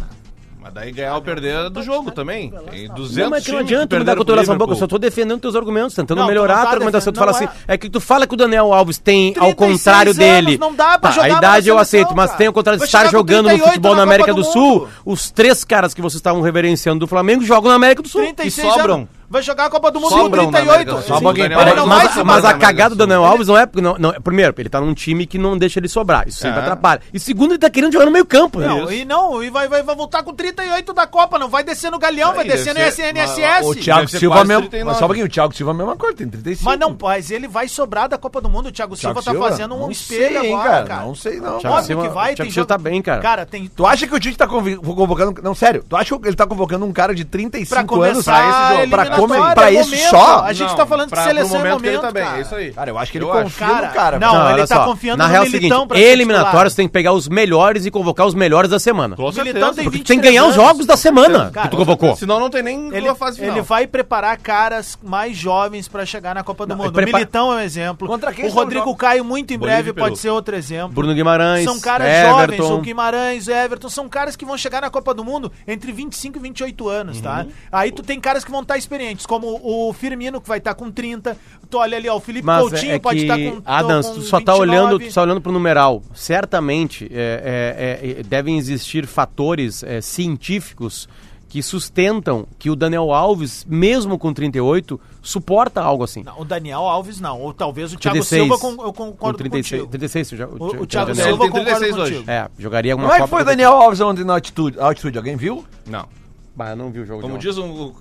Speaker 7: Mas daí ganhar ou perder é do jogo também. Tem 200
Speaker 2: Não, mas que não
Speaker 7: times que
Speaker 2: adianta me dar
Speaker 7: perderam pro
Speaker 2: cotovelação na boca, eu só
Speaker 7: Liverpool.
Speaker 2: tô defendendo teus argumentos, tentando
Speaker 5: Não, tu
Speaker 2: melhorar
Speaker 5: não
Speaker 2: a
Speaker 5: tá
Speaker 2: tua argumentação. Tu fala assim,
Speaker 5: defendendo,
Speaker 2: é que tu fala que o Daniel Alves tem, ao
Speaker 5: 36
Speaker 2: contrário
Speaker 5: anos,
Speaker 2: dele.
Speaker 5: não dá pra
Speaker 2: Tá,
Speaker 5: jogar
Speaker 2: a
Speaker 5: na
Speaker 2: idade eu
Speaker 5: seleção,
Speaker 2: aceito, mas
Speaker 5: cara.
Speaker 2: tem ao contrário de
Speaker 5: Vai
Speaker 2: estar
Speaker 5: chegar com
Speaker 2: jogando no
Speaker 5: 38
Speaker 2: futebol
Speaker 5: na
Speaker 2: na América
Speaker 5: Copa
Speaker 2: do,
Speaker 5: do
Speaker 2: Sul,
Speaker 5: Mundo.
Speaker 2: os três caras que vocês estavam reverenciando do Flamengo jogam na América do Sul.
Speaker 5: 36
Speaker 7: E sobram.
Speaker 5: anos. Vai jogar a Copa do Mundo com
Speaker 7: Sobram
Speaker 2: né,
Speaker 7: na América
Speaker 5: 38.
Speaker 7: do Sul.
Speaker 5: Sim,
Speaker 7: Sobram alguém.
Speaker 5: ele
Speaker 2: um Mas,
Speaker 5: não
Speaker 2: mas-
Speaker 5: vai né? sobrar
Speaker 2: mas
Speaker 5: na
Speaker 2: a
Speaker 5: América do
Speaker 2: cagada do
Speaker 5: Sul.
Speaker 2: Daniel Alves não é, porque não, não é- Primeiro, ele tá num time que não deixa ele sobrar. Isso sempre
Speaker 7: É.
Speaker 2: atrapalha. E segundo, ele tá querendo jogar no meio campo, né?
Speaker 5: Não, e não, e vai, vai, vai voltar com 38 da Copa, não vai descer no Galeão, vai
Speaker 7: Aí,
Speaker 5: descer no
Speaker 7: deve ser-
Speaker 5: SNSS.
Speaker 11: O Thiago
Speaker 7: deve ser
Speaker 11: Silva
Speaker 7: quase
Speaker 11: mesmo.
Speaker 7: 39.
Speaker 11: Mas só um pouquinho, o Thiago Silva é a mesma coisa, tem 35.
Speaker 5: Mas
Speaker 2: Tipo.
Speaker 5: não, mas ele vai sobrar da Copa do Mundo. O Thiago,
Speaker 11: Thiago
Speaker 5: Silva tá
Speaker 11: Silva?
Speaker 5: fazendo um
Speaker 11: Não
Speaker 5: espelho
Speaker 11: sei, hein,
Speaker 5: agora,
Speaker 11: cara,
Speaker 5: cara.
Speaker 11: não sei não.
Speaker 5: Óbvio
Speaker 2: Thiago Silva-
Speaker 5: que vai.
Speaker 2: Thiago
Speaker 5: tem
Speaker 2: Silva
Speaker 5: jogo-
Speaker 2: tá bem, cara.
Speaker 5: Cara, tem...
Speaker 11: Tu acha que o Tite tá convi- convocando. Não, sério, tu acha que ele tá convocando um cara de 35
Speaker 5: Pra
Speaker 11: anos
Speaker 5: começar
Speaker 11: pra esse jogo?
Speaker 5: a
Speaker 11: Pra, come-
Speaker 5: eliminatória,
Speaker 11: pra
Speaker 5: é
Speaker 11: esse
Speaker 5: momento.
Speaker 11: só?
Speaker 5: A gente
Speaker 7: Não,
Speaker 5: tá falando que
Speaker 7: pra- pro
Speaker 5: seleção é
Speaker 7: que ele tá
Speaker 5: momento,
Speaker 7: bem,
Speaker 5: cara.
Speaker 7: é isso aí.
Speaker 11: Cara, eu acho que ele
Speaker 7: Eu acho.
Speaker 11: confia
Speaker 5: Cara,
Speaker 11: no cara.
Speaker 5: não,
Speaker 11: velho.
Speaker 5: ele
Speaker 2: olha
Speaker 5: tá confiando
Speaker 2: Na
Speaker 5: no
Speaker 2: real é o
Speaker 5: Militão
Speaker 2: seguinte,
Speaker 5: pra ser titular.
Speaker 2: eliminatórios tem que pegar os melhores e convocar os melhores da semana.
Speaker 7: Com
Speaker 5: Militão
Speaker 7: certeza.
Speaker 5: tem
Speaker 2: Porque tu
Speaker 5: 23
Speaker 2: tem que ganhar os
Speaker 5: anos.
Speaker 2: jogos da semana
Speaker 5: Cara,
Speaker 2: que tu convocou.
Speaker 7: Senão não tem nem
Speaker 5: Ele,
Speaker 7: a fase final.
Speaker 5: ele vai preparar caras mais jovens pra chegar na Copa do
Speaker 2: Não,
Speaker 5: Mundo.
Speaker 2: prepara-
Speaker 5: O Militão é um exemplo.
Speaker 11: Contra quem
Speaker 5: o
Speaker 11: são os
Speaker 5: Rodrigo
Speaker 11: jogos?
Speaker 5: Caio, muito em
Speaker 7: Bolívia e
Speaker 5: breve,
Speaker 7: Peru.
Speaker 5: pode ser outro exemplo.
Speaker 2: Bruno Guimarães,
Speaker 5: São caras jovens,
Speaker 2: Everton.
Speaker 5: o Guimarães, Everton, são caras que vão chegar na Copa do Mundo entre 25 e 28 anos, tá?
Speaker 2: Uhum.
Speaker 5: Aí tu tem caras que vão estar experientes, como o Firmino, que vai estar com 30. Tu olha ali, ó, o Felipe
Speaker 2: Mas
Speaker 5: Coutinho
Speaker 2: é
Speaker 5: pode
Speaker 2: que,
Speaker 5: estar com
Speaker 2: Adams,
Speaker 5: com
Speaker 2: tu só tá
Speaker 5: 29.
Speaker 2: olhando, tu só olhando pro numeral. Certamente é, é, é, é, devem existir fatores é, científicos que sustentam que o Daniel Alves, mesmo com 38, suporta algo assim.
Speaker 5: Não, o Daniel Alves não, ou talvez o Thiago
Speaker 2: 36,
Speaker 5: Silva, com, eu concordo
Speaker 2: com 36,
Speaker 5: contigo.
Speaker 2: 36, já,
Speaker 5: O- o Thiago Silva,
Speaker 2: Ele tem
Speaker 5: concordo
Speaker 2: 36
Speaker 5: contigo.
Speaker 2: É, jogaria
Speaker 11: Como
Speaker 2: alguma
Speaker 11: é que
Speaker 2: Copa
Speaker 11: foi o
Speaker 2: do-
Speaker 11: Daniel Alves ontem na altitude? altitude? Alguém viu?
Speaker 7: Não.
Speaker 2: Bah, eu não vi o jogo
Speaker 7: Como
Speaker 2: de ontem.
Speaker 7: diz um,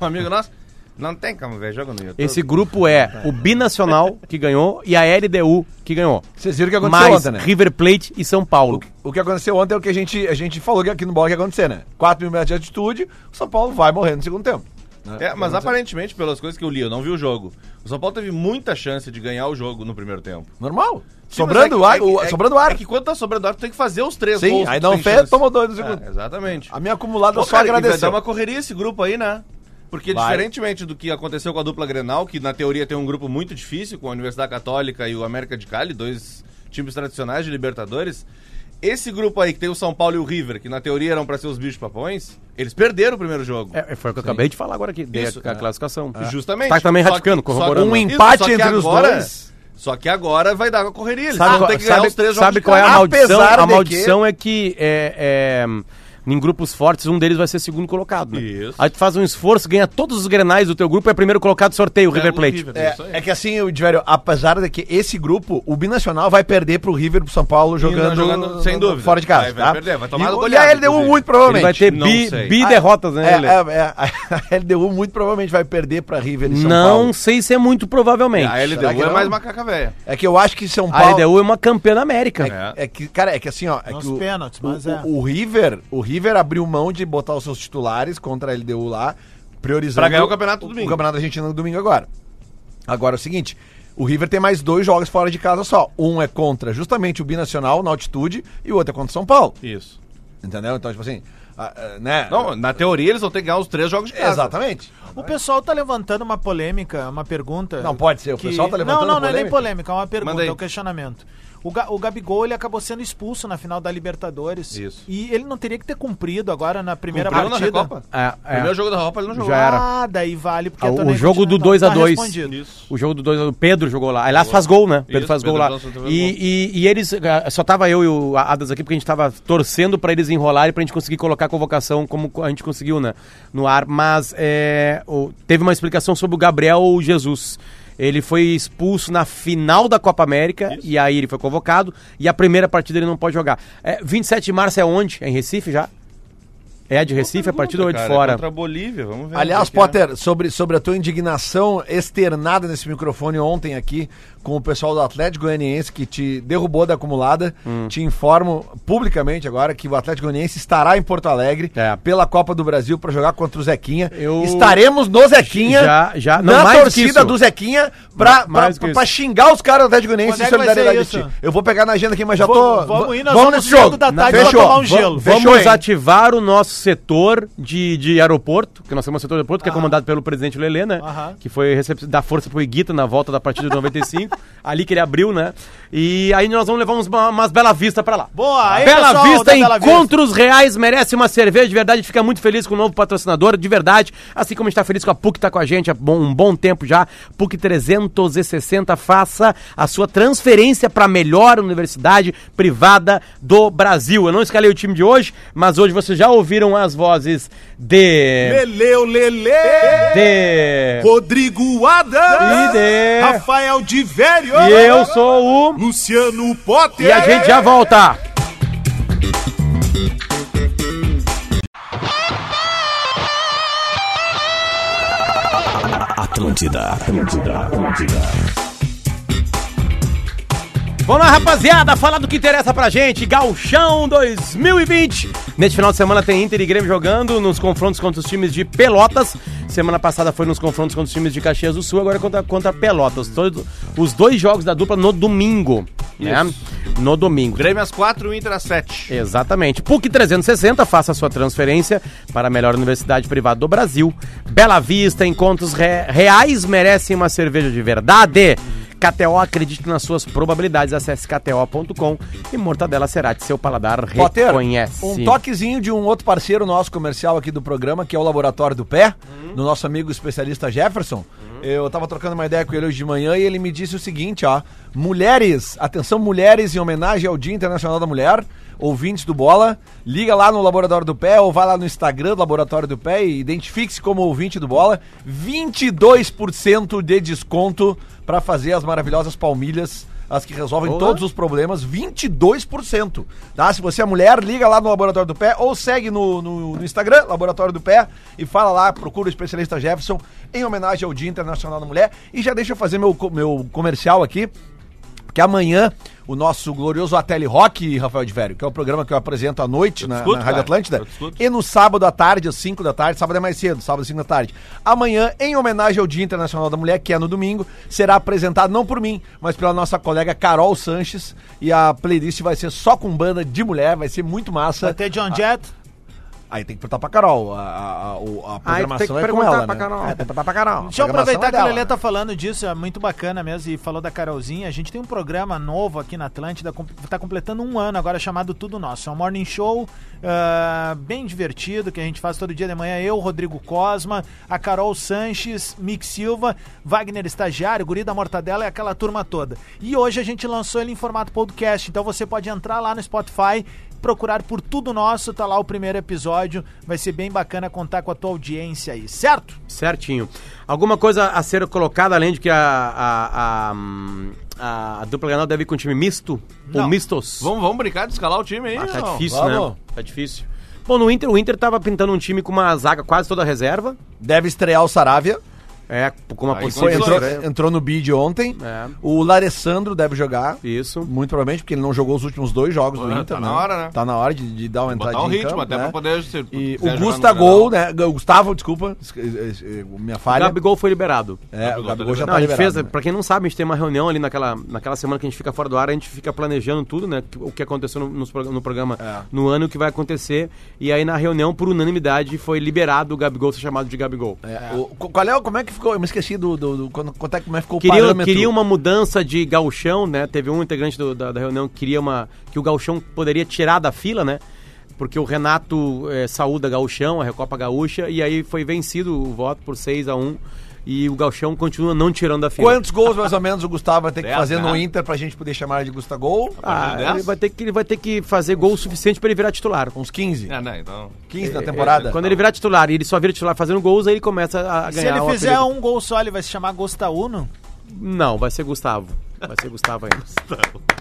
Speaker 7: um amigo nosso, não tem como ver jogo no YouTube.
Speaker 2: Esse grupo é o Binacional, que ganhou, e a LDU, que ganhou.
Speaker 11: Vocês viram o que aconteceu
Speaker 2: Mais
Speaker 11: ontem, né?
Speaker 2: River Plate e São Paulo.
Speaker 11: O que aconteceu ontem é o que a gente, a gente falou que aqui no blog ia acontecer, né? 4 mil metros de altitude, o São Paulo vai morrer no segundo tempo. né?
Speaker 7: É, mas aparentemente, pelas coisas que eu li, eu não vi o jogo. O São Paulo teve muita chance de ganhar o jogo no primeiro tempo.
Speaker 11: Normal.
Speaker 7: Sim,
Speaker 11: sobrando,
Speaker 7: mas é
Speaker 11: ar,
Speaker 7: que- é que-
Speaker 11: o-
Speaker 7: é que-
Speaker 11: sobrando ar.
Speaker 7: É que quando tá sobrando ar, tu tem que fazer os três
Speaker 11: Sim,
Speaker 7: gols.
Speaker 11: aí
Speaker 7: que
Speaker 11: não
Speaker 7: tem
Speaker 11: fez,
Speaker 7: chance.
Speaker 11: tomou dois no segundo.
Speaker 7: É, exatamente.
Speaker 11: A minha acumulada
Speaker 7: Pô,
Speaker 11: só
Speaker 7: cara, e vai
Speaker 11: agradeceu.
Speaker 7: dar uma correria esse grupo aí, né? Porque
Speaker 11: Vai.
Speaker 7: diferentemente do que aconteceu com a dupla Grenal, que na teoria tem um grupo muito difícil, com a Universidade Católica e o América de Cali, dois times tradicionais de Libertadores, esse grupo aí que tem o São Paulo e o River, que na teoria eram pra ser os bichos papões, eles perderam o primeiro jogo.
Speaker 2: É, foi o que eu acabei de falar agora aqui, dei
Speaker 7: Isso,
Speaker 2: a, a
Speaker 7: é.
Speaker 2: classificação.
Speaker 7: É. Justamente.
Speaker 2: Tá também raticando, corroborando.
Speaker 11: um
Speaker 7: né?
Speaker 11: empate
Speaker 7: Isso, só que
Speaker 11: entre os
Speaker 7: agora-
Speaker 11: dois.
Speaker 7: Só que agora vai dar uma correria. Eles
Speaker 2: Sabe,
Speaker 7: vão
Speaker 2: qual,
Speaker 7: ter que ganhar
Speaker 2: sabe-
Speaker 7: os três jogos
Speaker 2: sabe
Speaker 7: de
Speaker 2: qual é a
Speaker 7: cara.
Speaker 2: maldição?
Speaker 11: Apesar
Speaker 2: A
Speaker 11: de que-
Speaker 2: maldição é que é, é, em grupos fortes, um deles vai ser segundo colocado. Né?
Speaker 7: Isso.
Speaker 2: Aí tu faz um esforço, ganha todos os grenais do teu grupo e é primeiro colocado sorteio,
Speaker 7: Pega
Speaker 2: River
Speaker 7: o
Speaker 2: Plate.
Speaker 7: River,
Speaker 11: É,
Speaker 7: isso aí.
Speaker 11: é que assim, o Diverio, apesar de que esse grupo, o Binacional vai perder pro River pro São Paulo jogando,
Speaker 7: jogando, sem dúvida.
Speaker 11: fora de casa.
Speaker 7: Vai- vai
Speaker 11: tá?
Speaker 7: perder, vai tomar
Speaker 11: e,
Speaker 7: goleada,
Speaker 11: E a LDU
Speaker 7: inclusive.
Speaker 11: muito
Speaker 2: Ele
Speaker 11: provavelmente.
Speaker 2: vai
Speaker 7: É.
Speaker 2: ter
Speaker 7: Não
Speaker 2: bi,
Speaker 7: sei.
Speaker 2: bi derrotas, né, Lele?
Speaker 11: É, é, é, a LDU muito provavelmente vai perder pra River e São Paulo.
Speaker 2: Não sei se é muito provavelmente.
Speaker 7: A
Speaker 11: Será que
Speaker 7: LDU é
Speaker 11: não?
Speaker 7: mais macaca velha.
Speaker 11: É que eu acho que São
Speaker 2: A
Speaker 11: Paulo.
Speaker 2: LDU é uma campeã da América.
Speaker 11: É que, cara, é que assim, ó. É
Speaker 5: Nos
Speaker 11: que o,
Speaker 5: pênaltis,
Speaker 11: o-
Speaker 5: mas
Speaker 11: o,
Speaker 5: é.
Speaker 11: o River, o River abriu mão de botar os seus titulares contra a LDU lá, priorizando.
Speaker 7: Pra ganhar o campeonato domingo.
Speaker 11: O campeonato argentino no domingo agora. Agora é o seguinte. O River tem mais dois jogos fora de casa só. Um é contra justamente o Binacional na altitude e o outro é contra o São Paulo.
Speaker 7: Isso.
Speaker 11: Entendeu? Então, tipo assim, ah, ah, né?
Speaker 7: Não, na teoria eles vão ter que ganhar os três jogos de casa.
Speaker 11: Exatamente.
Speaker 5: O pessoal tá levantando uma polêmica, uma pergunta.
Speaker 11: Não pode ser, o pessoal tá levantando
Speaker 5: Não, não, não é nem
Speaker 11: polêmica?
Speaker 5: polêmica, é uma
Speaker 7: Manda
Speaker 5: pergunta,
Speaker 7: aí.
Speaker 5: é um questionamento. O, Ga- o Gabigol ele acabou sendo expulso na final da Libertadores.
Speaker 7: Isso.
Speaker 5: E ele não teria que ter cumprido agora na primeira
Speaker 7: Cumpriu na
Speaker 5: partida.
Speaker 7: Recopa?
Speaker 2: É, é.
Speaker 7: Primeiro jogo da Copa ele não jogou.
Speaker 2: Já era.
Speaker 5: Ah, daí vale porque
Speaker 2: Ah,
Speaker 5: é
Speaker 2: o
Speaker 5: torneio
Speaker 2: jogo do
Speaker 5: continental.
Speaker 2: 2 a 2.
Speaker 5: respondido.
Speaker 7: Isso.
Speaker 2: O jogo do 2 o Pedro jogou lá. Aliás, faz gol, né? Pedro
Speaker 7: Isso,
Speaker 2: faz gol
Speaker 7: Pedro é
Speaker 2: lá.
Speaker 7: Johnson fez gol.
Speaker 2: E, e, e eles. ah, Só tava eu e o Adas aqui porque a gente tava torcendo pra eles enrolarem pra gente conseguir colocar a convocação como a gente conseguiu, né? No ar. Mas é, o- teve uma explicação sobre o Gabriel Jesus. Ele foi expulso na final da Copa América e aí ele foi convocado. E a primeira partida ele não pode jogar. É, 27 de março é onde? É em Recife já? É de Recife a partida ou é de
Speaker 7: Cara,
Speaker 2: fora?
Speaker 7: Contra a Bolívia, vamos ver.
Speaker 11: Aliás,
Speaker 7: Como é que é.
Speaker 11: Potter, sobre, sobre a tua indignação externada nesse microfone ontem aqui com o pessoal do Atlético Goianiense que te derrubou da acumulada, te informo publicamente agora que o Atlético Goianiense estará em Porto Alegre
Speaker 2: É.
Speaker 11: pela Copa do Brasil para jogar contra o Zequinha.
Speaker 2: Eu-
Speaker 11: Estaremos no Zequinha,
Speaker 2: Já- já- não,
Speaker 11: na
Speaker 2: mais do que
Speaker 11: torcida
Speaker 2: isso.
Speaker 11: do Zequinha pra,
Speaker 2: Ma- mais
Speaker 11: pra,
Speaker 2: do que
Speaker 11: pra
Speaker 2: isso.
Speaker 11: xingar os caras do Atlético Goianiense
Speaker 5: Quando é que vai ser
Speaker 11: de
Speaker 5: isso?
Speaker 11: ti. Eu vou pegar na agenda aqui, mas já
Speaker 5: Vamos-
Speaker 11: tô...
Speaker 5: vamos ir, nós
Speaker 11: vamos
Speaker 5: vamos
Speaker 11: nesse
Speaker 5: no
Speaker 11: jogo.
Speaker 5: da tarde
Speaker 11: Fechou.
Speaker 5: pra tomar um gelo.
Speaker 11: Vamos, fechou,
Speaker 2: Vamos
Speaker 11: hein?
Speaker 2: ativar o nosso setor de, de aeroporto, que nós temos um setor de aeroporto que é comandado pelo presidente Lelê, né?
Speaker 5: Aham.
Speaker 2: Que foi recep- dar força pro Iguita na volta da partida de 95, ali que ele abriu, né? E aí nós vamos levar uns, ba- umas Bela Vista pra lá.
Speaker 5: Boa, aí,
Speaker 2: Bela
Speaker 5: pessoal,
Speaker 2: Vista,
Speaker 5: da Bela Vista.
Speaker 2: encontros reais, merece uma cerveja de verdade. A gente fica muito feliz com o novo patrocinador, de verdade. Assim como a gente tá feliz com a PUC que tá com a gente há bom- um bom tempo já. PUC 360, faça a sua transferência para a melhor universidade privada do Brasil. Eu não escalei o time de hoje, mas hoje vocês já ouviram as vozes de.
Speaker 5: Leleu, Lele,
Speaker 2: De.
Speaker 5: Rodrigo Adams,
Speaker 2: E de-
Speaker 5: Rafael de Vério,
Speaker 2: E eu sou o.
Speaker 5: Luciano Potter.
Speaker 2: E a gente já volta.
Speaker 1: Atlântida, Atlântida, Atlântida.
Speaker 2: Vamos lá, rapaziada, falar do que interessa pra gente. Galchão 2020. Neste final de semana tem Inter e Grêmio jogando nos confrontos contra os times de Pelotas. Semana passada foi nos confrontos contra os times de Caxias do Sul, agora é contra, contra Pelotas. Todo- os dois jogos da dupla no domingo. Né? No domingo.
Speaker 7: Grêmio às 4, Inter às 7.
Speaker 2: Exatamente. PUC 360, faça sua transferência para a melhor universidade privada do Brasil. Bela Vista, encontros re- reais merecem uma cerveja de verdade. KTO, acredite nas suas probabilidades. Acesse kto.com e Mortadela Cerati, seu paladar
Speaker 11: Potter,
Speaker 2: reconhece.
Speaker 11: um toquezinho de um outro parceiro nosso comercial aqui do programa, que é o Laboratório do Pé, do nosso amigo especialista Jefferson. Eu tava trocando uma ideia com ele hoje de manhã e ele me disse o seguinte, ó. Mulheres, atenção mulheres, em homenagem ao Dia Internacional da Mulher, ouvintes do Bola, liga lá no Laboratório do Pé ou vai lá no Instagram do Laboratório do Pé e identifique-se como ouvinte do Bola. 22% de desconto para fazer as maravilhosas palmilhas. As que resolvem todos os problemas, 22%. Tá? Se você é mulher, liga lá no Laboratório do Pé ou segue no, no- no Instagram, Laboratório do Pé, e fala lá, procura o especialista Jefferson, em homenagem ao Dia Internacional da Mulher. E já deixa eu fazer meu, co- meu comercial aqui. Porque amanhã o nosso glorioso Ateli Rock, Rafael de Vério, que é o programa que eu apresento à noite na,
Speaker 7: escuto,
Speaker 11: na
Speaker 7: cara.
Speaker 11: Rádio Atlântida,
Speaker 7: Eu te escuto.
Speaker 11: e no sábado à tarde, às 5 da tarde, sábado é mais cedo, sábado às 5 da tarde. Amanhã, em homenagem ao Dia Internacional da Mulher, que é no domingo, será apresentado não por mim, mas pela nossa colega Carol Sanches. E a playlist vai ser só com banda de mulher, vai ser muito massa.
Speaker 5: Vai ter John Jett.
Speaker 11: Aí tem que perguntar pra Carol. A, a, a, o- a programação
Speaker 12: tem que
Speaker 11: é com
Speaker 12: perguntar
Speaker 11: ela.
Speaker 12: pra
Speaker 11: né?
Speaker 12: Carol.
Speaker 11: É, tem que perguntar pra Carol.
Speaker 5: Deixa eu
Speaker 11: A programação
Speaker 5: aproveitar
Speaker 11: é
Speaker 5: que a
Speaker 11: dela,
Speaker 5: Lelê tá falando disso, é muito bacana mesmo, e falou da Carolzinha. A gente tem um programa novo aqui na Atlântida, com- tá completando um ano agora, chamado Tudo Nosso. É um morning show ah, bem divertido, que a gente faz todo dia de manhã. Eu, Rodrigo Cosma, a Carol Sanches, Mick Silva, Wagner Estagiário, Guri da Mortadela e aquela turma toda. E hoje a gente lançou ele em formato podcast, então você pode entrar lá no Spotify procurar por Tudo Nosso, tá lá o primeiro episódio. Vai ser bem bacana contar com a tua audiência aí, certo?
Speaker 2: Certinho. Alguma coisa a ser colocada além de que a, a, a, hum, a dupla Granal deve ir com um time misto? Ou mistos?
Speaker 7: Vamos, vamos brincar de escalar o time aí,
Speaker 2: Ah, tá
Speaker 7: não?
Speaker 2: difícil,
Speaker 7: Vamos.
Speaker 2: né? Tá difícil. Bom, no Inter, o Inter tava pintando um time com uma zaga quase toda reserva.
Speaker 11: Deve estrear o Saravia.
Speaker 2: É, com uma
Speaker 11: Aí
Speaker 2: possível...
Speaker 11: entrou, entrou no bid ontem. O Laressandro deve jogar.
Speaker 2: Isso.
Speaker 11: Muito provavelmente, porque ele não jogou os últimos dois jogos do
Speaker 7: É,
Speaker 11: Inter.
Speaker 7: tá na
Speaker 11: né?
Speaker 7: hora, né?
Speaker 11: Tá na hora de, de dar uma entrada
Speaker 7: Botar o ritmo, até pra poder... Se,
Speaker 11: né? E
Speaker 7: quiser
Speaker 11: o
Speaker 7: jogar no
Speaker 11: Gustavo, né? O Gustavo, desculpa. es- es- es- Minha
Speaker 2: O
Speaker 11: falha.
Speaker 2: Gabigol foi liberado.
Speaker 11: É, o Gabigol já
Speaker 2: Não,
Speaker 11: tá
Speaker 2: a gente
Speaker 11: liberado.
Speaker 2: fez, pra quem não sabe, a gente tem uma reunião ali naquela, naquela semana que a gente fica fora do ar, a gente fica planejando tudo, né? O que aconteceu no, nos prog- no programa
Speaker 11: É.
Speaker 2: no ano, o que vai acontecer. E aí na reunião, por unanimidade, foi liberado o Gabigol ser chamado de Gabigol.
Speaker 11: É, o- co- qual é, o- como é que ficou? Eu me esqueci do. do, do- quando, quanto é, como é que ficou o
Speaker 2: Queria,
Speaker 11: parâmetro?
Speaker 2: queria uma mudança de galchão, né? Teve um integrante do- da, da reunião que queria uma, que o galchão poderia tirar da fila, né? Porque o Renato eh, saúda galchão, a Recopa Gaúcha, e aí foi vencido o voto por 6 a 1 e o galchão continua não tirando da fila.
Speaker 11: Quantos gols, mais ou menos, o Gustavo vai ter que
Speaker 2: Dez,
Speaker 11: fazer no
Speaker 2: né?
Speaker 11: Inter pra gente poder chamar de Gustavo?
Speaker 2: Ah, ele vai ter que ele vai ter que fazer gol suficiente para ele virar titular.
Speaker 11: Uns 15.
Speaker 7: É, né, então...
Speaker 11: 15 na
Speaker 2: É,
Speaker 11: temporada.
Speaker 2: Quando ele virar titular e ele só vira titular fazendo gols, aí ele começa a a
Speaker 5: Se
Speaker 2: ganhar.
Speaker 5: ele
Speaker 2: o
Speaker 5: fizer
Speaker 2: apelido.
Speaker 5: um gol só, ele vai se chamar Gostauno?
Speaker 2: Não, vai ser Gustavo. Vai ser Gustavo ainda.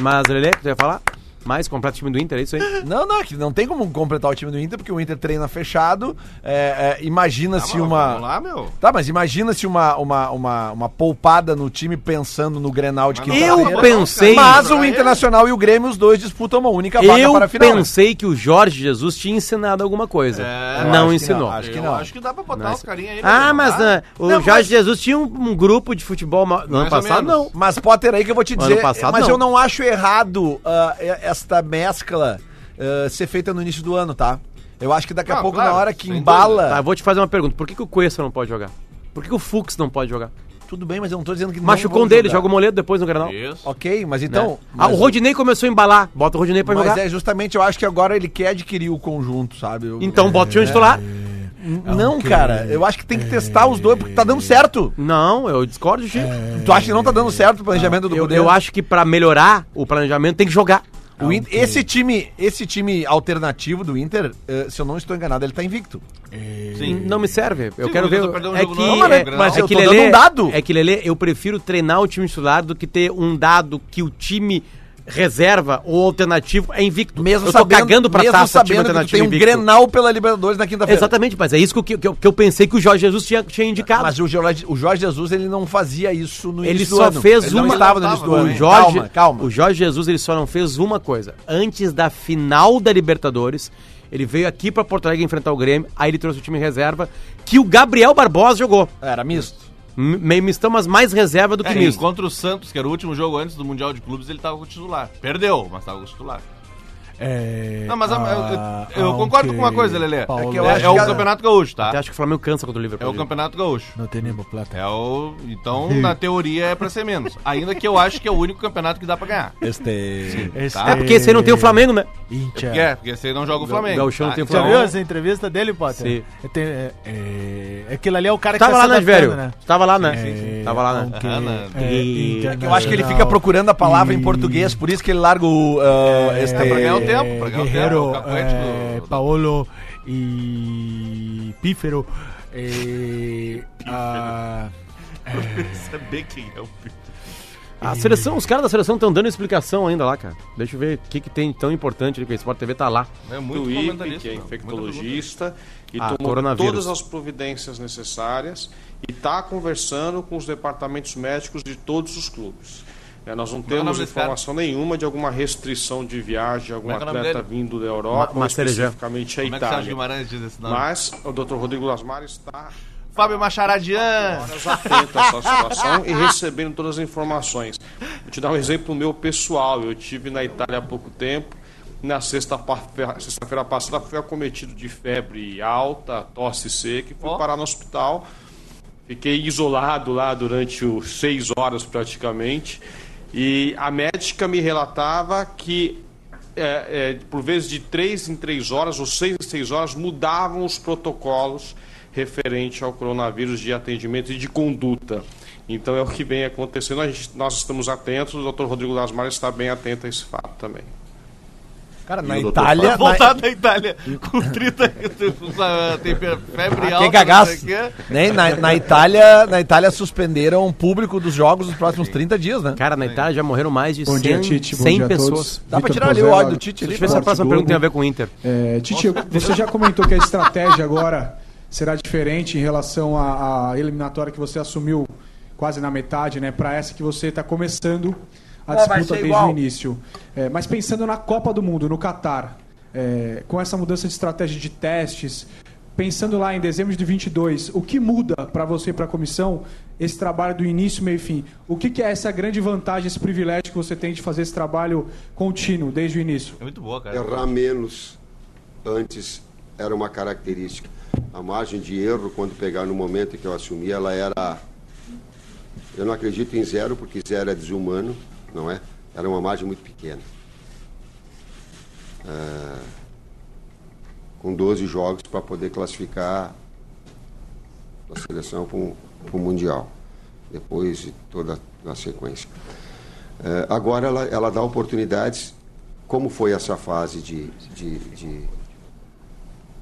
Speaker 2: Mas, Lelê, tu ia falar? Mais completo time do Inter, é isso aí?
Speaker 11: Não, não, que não tem como completar o time do Inter, porque o Inter treina fechado. É, é, imagina se
Speaker 7: Ah, mas
Speaker 11: uma.
Speaker 7: vamos lá, meu.
Speaker 11: Tá, mas imagina se uma, uma, uma, uma poupada no time pensando no Grenal de
Speaker 7: Mas não
Speaker 11: quinta
Speaker 2: dá pra botar os caras
Speaker 11: Mas
Speaker 2: pra
Speaker 11: o
Speaker 2: ele.
Speaker 11: Internacional e o Grêmio, os dois disputam uma única vaga
Speaker 2: Eu
Speaker 11: para a final. né?
Speaker 2: pensei que o Jorge Jesus tinha ensinado alguma coisa.
Speaker 7: É,
Speaker 11: eu acho
Speaker 2: não
Speaker 11: que
Speaker 2: ensinou.
Speaker 11: não, acho que
Speaker 7: Eu
Speaker 11: não.
Speaker 7: acho que dá pra botar
Speaker 2: Não,
Speaker 7: os carinha aí. né?
Speaker 2: Ah, mas ah, o
Speaker 11: Não,
Speaker 2: Jorge
Speaker 11: mas-
Speaker 2: Jesus tinha um, um grupo de futebol ma- no ano
Speaker 7: Mais ou
Speaker 2: passado?
Speaker 7: menos.
Speaker 2: Não.
Speaker 11: Mas Potter aí que eu vou te
Speaker 2: Ano
Speaker 11: dizer.
Speaker 2: passado,
Speaker 11: mas
Speaker 2: não.
Speaker 11: eu não acho errado ah, e- esta mescla ah, ser feita no início do ano, tá? Eu acho que daqui a
Speaker 7: Não,
Speaker 11: pouco,
Speaker 7: claro,
Speaker 11: na hora que
Speaker 7: sem
Speaker 11: embala.
Speaker 2: Tá, eu vou te fazer uma pergunta. Por que, que o Cuesta não pode jogar? Por que, que o Fux não pode jogar?
Speaker 11: Tudo bem, mas eu não tô dizendo que não
Speaker 2: Tá. Machucou
Speaker 11: vão
Speaker 2: um dele,
Speaker 11: jogar.
Speaker 2: joga o Moledo depois no Granal.
Speaker 7: Isso.
Speaker 11: Ok, mas então.
Speaker 2: Então, ah, o
Speaker 11: mas-
Speaker 2: Rodinei começou a embalar. Bota o Rodinei pra
Speaker 11: Mas
Speaker 2: jogar.
Speaker 11: é justamente, eu acho que agora ele quer adquirir o conjunto, sabe? Eu- é,
Speaker 2: Então, bota o time titular.
Speaker 11: Não, cara, eu acho que tem que testar os dois, porque tá dando certo.
Speaker 2: Não, eu discordo de ti.
Speaker 11: Tu acha que não tá dando certo o planejamento do
Speaker 2: Eu,
Speaker 11: Cudê?
Speaker 2: eu acho que pra melhorar o planejamento tem que jogar.
Speaker 11: O In- esse, time, esse time alternativo do Inter, eh, se eu não estou enganado, ele tá invicto.
Speaker 2: N- Não me serve. Eu
Speaker 7: Sim,
Speaker 2: quero
Speaker 7: mas eu
Speaker 2: ver.
Speaker 7: tô perdendo um
Speaker 2: É
Speaker 7: jogo
Speaker 2: que,
Speaker 7: no ano,
Speaker 2: é,
Speaker 7: né?
Speaker 2: mas é
Speaker 11: eu
Speaker 2: que
Speaker 11: tô dando
Speaker 2: Lelê,
Speaker 11: um dado.
Speaker 2: É que Lelê, eu prefiro treinar o time titular do que ter um dado que o time reserva ou alternativo é invicto. eu tô cagando pra
Speaker 11: mesmo
Speaker 2: taça time
Speaker 11: sabendo que tu
Speaker 2: alternativo
Speaker 11: tem um
Speaker 2: invicto.
Speaker 11: Grenal pela Libertadores na quinta-feira.
Speaker 2: Exatamente, mas é isso que, eu- que eu, que eu pensei que o Jorge Jesus tinha, tinha indicado.
Speaker 11: Mas o Jorge, o Jorge Jesus, ele não fazia isso no
Speaker 2: Ele
Speaker 11: início
Speaker 2: só
Speaker 11: do ano.
Speaker 2: fez
Speaker 11: ele
Speaker 2: uma.
Speaker 11: Não estava no início do ano.
Speaker 2: O Jorge,
Speaker 11: Calma, calma.
Speaker 2: O Jorge Jesus ele só não fez uma coisa. Antes da final da Libertadores, ele veio aqui pra Porto Alegre enfrentar o Grêmio. Aí ele trouxe o time reserva que o Gabriel Barbosa jogou.
Speaker 11: Era misto.
Speaker 2: M- Meio mistão, mas mais reserva do que
Speaker 7: É, e
Speaker 2: misto.
Speaker 7: contra o Santos, que era o último jogo antes do Mundial de Clubes, ele tava com o titular. Perdeu, mas tava com o titular.
Speaker 11: é-
Speaker 7: Não, mas a-
Speaker 11: Ah,
Speaker 5: Ah,
Speaker 7: eu, eu concordo com uma coisa, Lelê. É, que eu acho que é o Campeonato Gaúcho, tá?
Speaker 2: Até acho que o Flamengo cansa contra o Liverpool.
Speaker 7: É o Campeonato Gaúcho.
Speaker 12: Não temos plata.
Speaker 7: É o... Então, na teoria, é pra ser menos. Ainda que eu acho que é o único campeonato que dá pra ganhar.
Speaker 12: Este.
Speaker 7: Tá?
Speaker 2: É porque esse aí não tem o Flamengo, né?
Speaker 7: É porque, é, porque você não joga o Flamengo.
Speaker 2: Gauchão não tem o
Speaker 7: então-
Speaker 5: Já viu essa entrevista dele, Potter?
Speaker 2: Sim.
Speaker 5: É, tem- é, é- aquilo ali é o cara que
Speaker 2: Tava lá, né,
Speaker 5: adaptando,
Speaker 2: velho? Tava lá, né? Tava lá, né?
Speaker 5: ok.
Speaker 2: Ah, né?
Speaker 5: É,
Speaker 2: E-
Speaker 5: internacional.
Speaker 11: Eu acho que ele fica procurando a palavra em português, por isso que ele larga o. ah, este...
Speaker 12: É, pra ganhar
Speaker 7: o tempo, pra ganhar o
Speaker 12: Guerreiro,
Speaker 7: tempo, o capoete
Speaker 12: é, Paolo e Pífero. É, ah,
Speaker 7: Eu saber quem é o
Speaker 2: A seleção, os caras da seleção estão dando explicação ainda lá, cara. Deixa eu ver o que, que tem tão importante ali, que a Sport TV tá lá.
Speaker 7: É
Speaker 13: do INPE, que é infectologista, e
Speaker 2: Ah,
Speaker 13: tomou
Speaker 2: coronavírus.
Speaker 13: todas as providências necessárias e está conversando com os departamentos médicos de todos os clubes. É, nós não
Speaker 7: Como é o nome
Speaker 13: temos
Speaker 7: desse cara?
Speaker 13: informação nenhuma de alguma restrição de viagem, algum
Speaker 7: Como é que é o nome
Speaker 13: atleta
Speaker 7: dele?
Speaker 13: vindo da
Speaker 7: Ma-
Speaker 13: Europa, ou
Speaker 7: Macerejan.
Speaker 13: especificamente
Speaker 7: Como
Speaker 13: a
Speaker 7: é que Sérgio
Speaker 13: Itália.
Speaker 7: Guimarães diz esse nome?
Speaker 13: Mas o Dr. Rodrigo Lasmar está
Speaker 7: Fábio Macharadian.
Speaker 13: atento a essa situação e recebendo todas as informações. Vou te dar um exemplo meu pessoal. Eu tive na Itália há pouco tempo. Na sexta pa- sexta-feira passada fui acometido de febre alta, tosse seca e fui parar no hospital. Fiquei isolado lá durante o- seis horas praticamente. E a médica me relatava que é, é, por vezes de três em três horas, ou seis em seis horas, mudavam os protocolos referente ao coronavírus de atendimento e de conduta. Então é o que vem acontecendo. A gente- nós estamos atentos, o Dr. Rodrigo Lasmar está bem atento a esse fato também.
Speaker 11: Cara,
Speaker 13: na
Speaker 7: Itália, voltar da Itália com 30 com a tempera- febre alta.
Speaker 11: Ah, Que
Speaker 7: não
Speaker 11: cagaço.
Speaker 7: sei o quê.
Speaker 11: Nem na, na Itália, na Itália suspenderam o público dos jogos nos próximos 30 dias, né?
Speaker 2: Cara, na Itália já morreram mais de
Speaker 11: Bom
Speaker 2: 100,
Speaker 11: dia, Tite. Bom
Speaker 2: 100
Speaker 11: dia a
Speaker 2: pessoas.
Speaker 11: todos. Dá pra Vitor tirar ali o Pozella, áudio do Tite ali,
Speaker 2: Deixa eu ver se a
Speaker 11: Esporte
Speaker 2: próxima
Speaker 11: Globo.
Speaker 2: pergunta tem a ver com o Inter.
Speaker 14: É, Titi, você já comentou que a estratégia agora será diferente em relação à, à eliminatória que você assumiu quase na metade, né? Para essa que você está começando a
Speaker 11: Ah, vai
Speaker 14: disputa
Speaker 11: ser
Speaker 14: desde
Speaker 11: igual.
Speaker 14: o início. É, mas pensando na Copa do Mundo, no Catar, é, com essa mudança de estratégia de testes, pensando lá em dezembro de 22, o que muda para você e para a comissão esse trabalho do início, meio e fim? O que, que é essa grande vantagem, esse privilégio que você tem de fazer esse trabalho contínuo desde o início?
Speaker 7: É muito boa, cara.
Speaker 13: Errar menos antes era uma característica. A margem de erro, quando pegar no momento em que eu assumi, ela era. Eu não acredito em zero, porque zero é desumano, não é? Era uma margem muito pequena. Ah, com 12 jogos para poder classificar a seleção para o Mundial. Depois de toda a sequência. Eh, agora ela, ela dá oportunidades. Como foi essa fase de, de, de,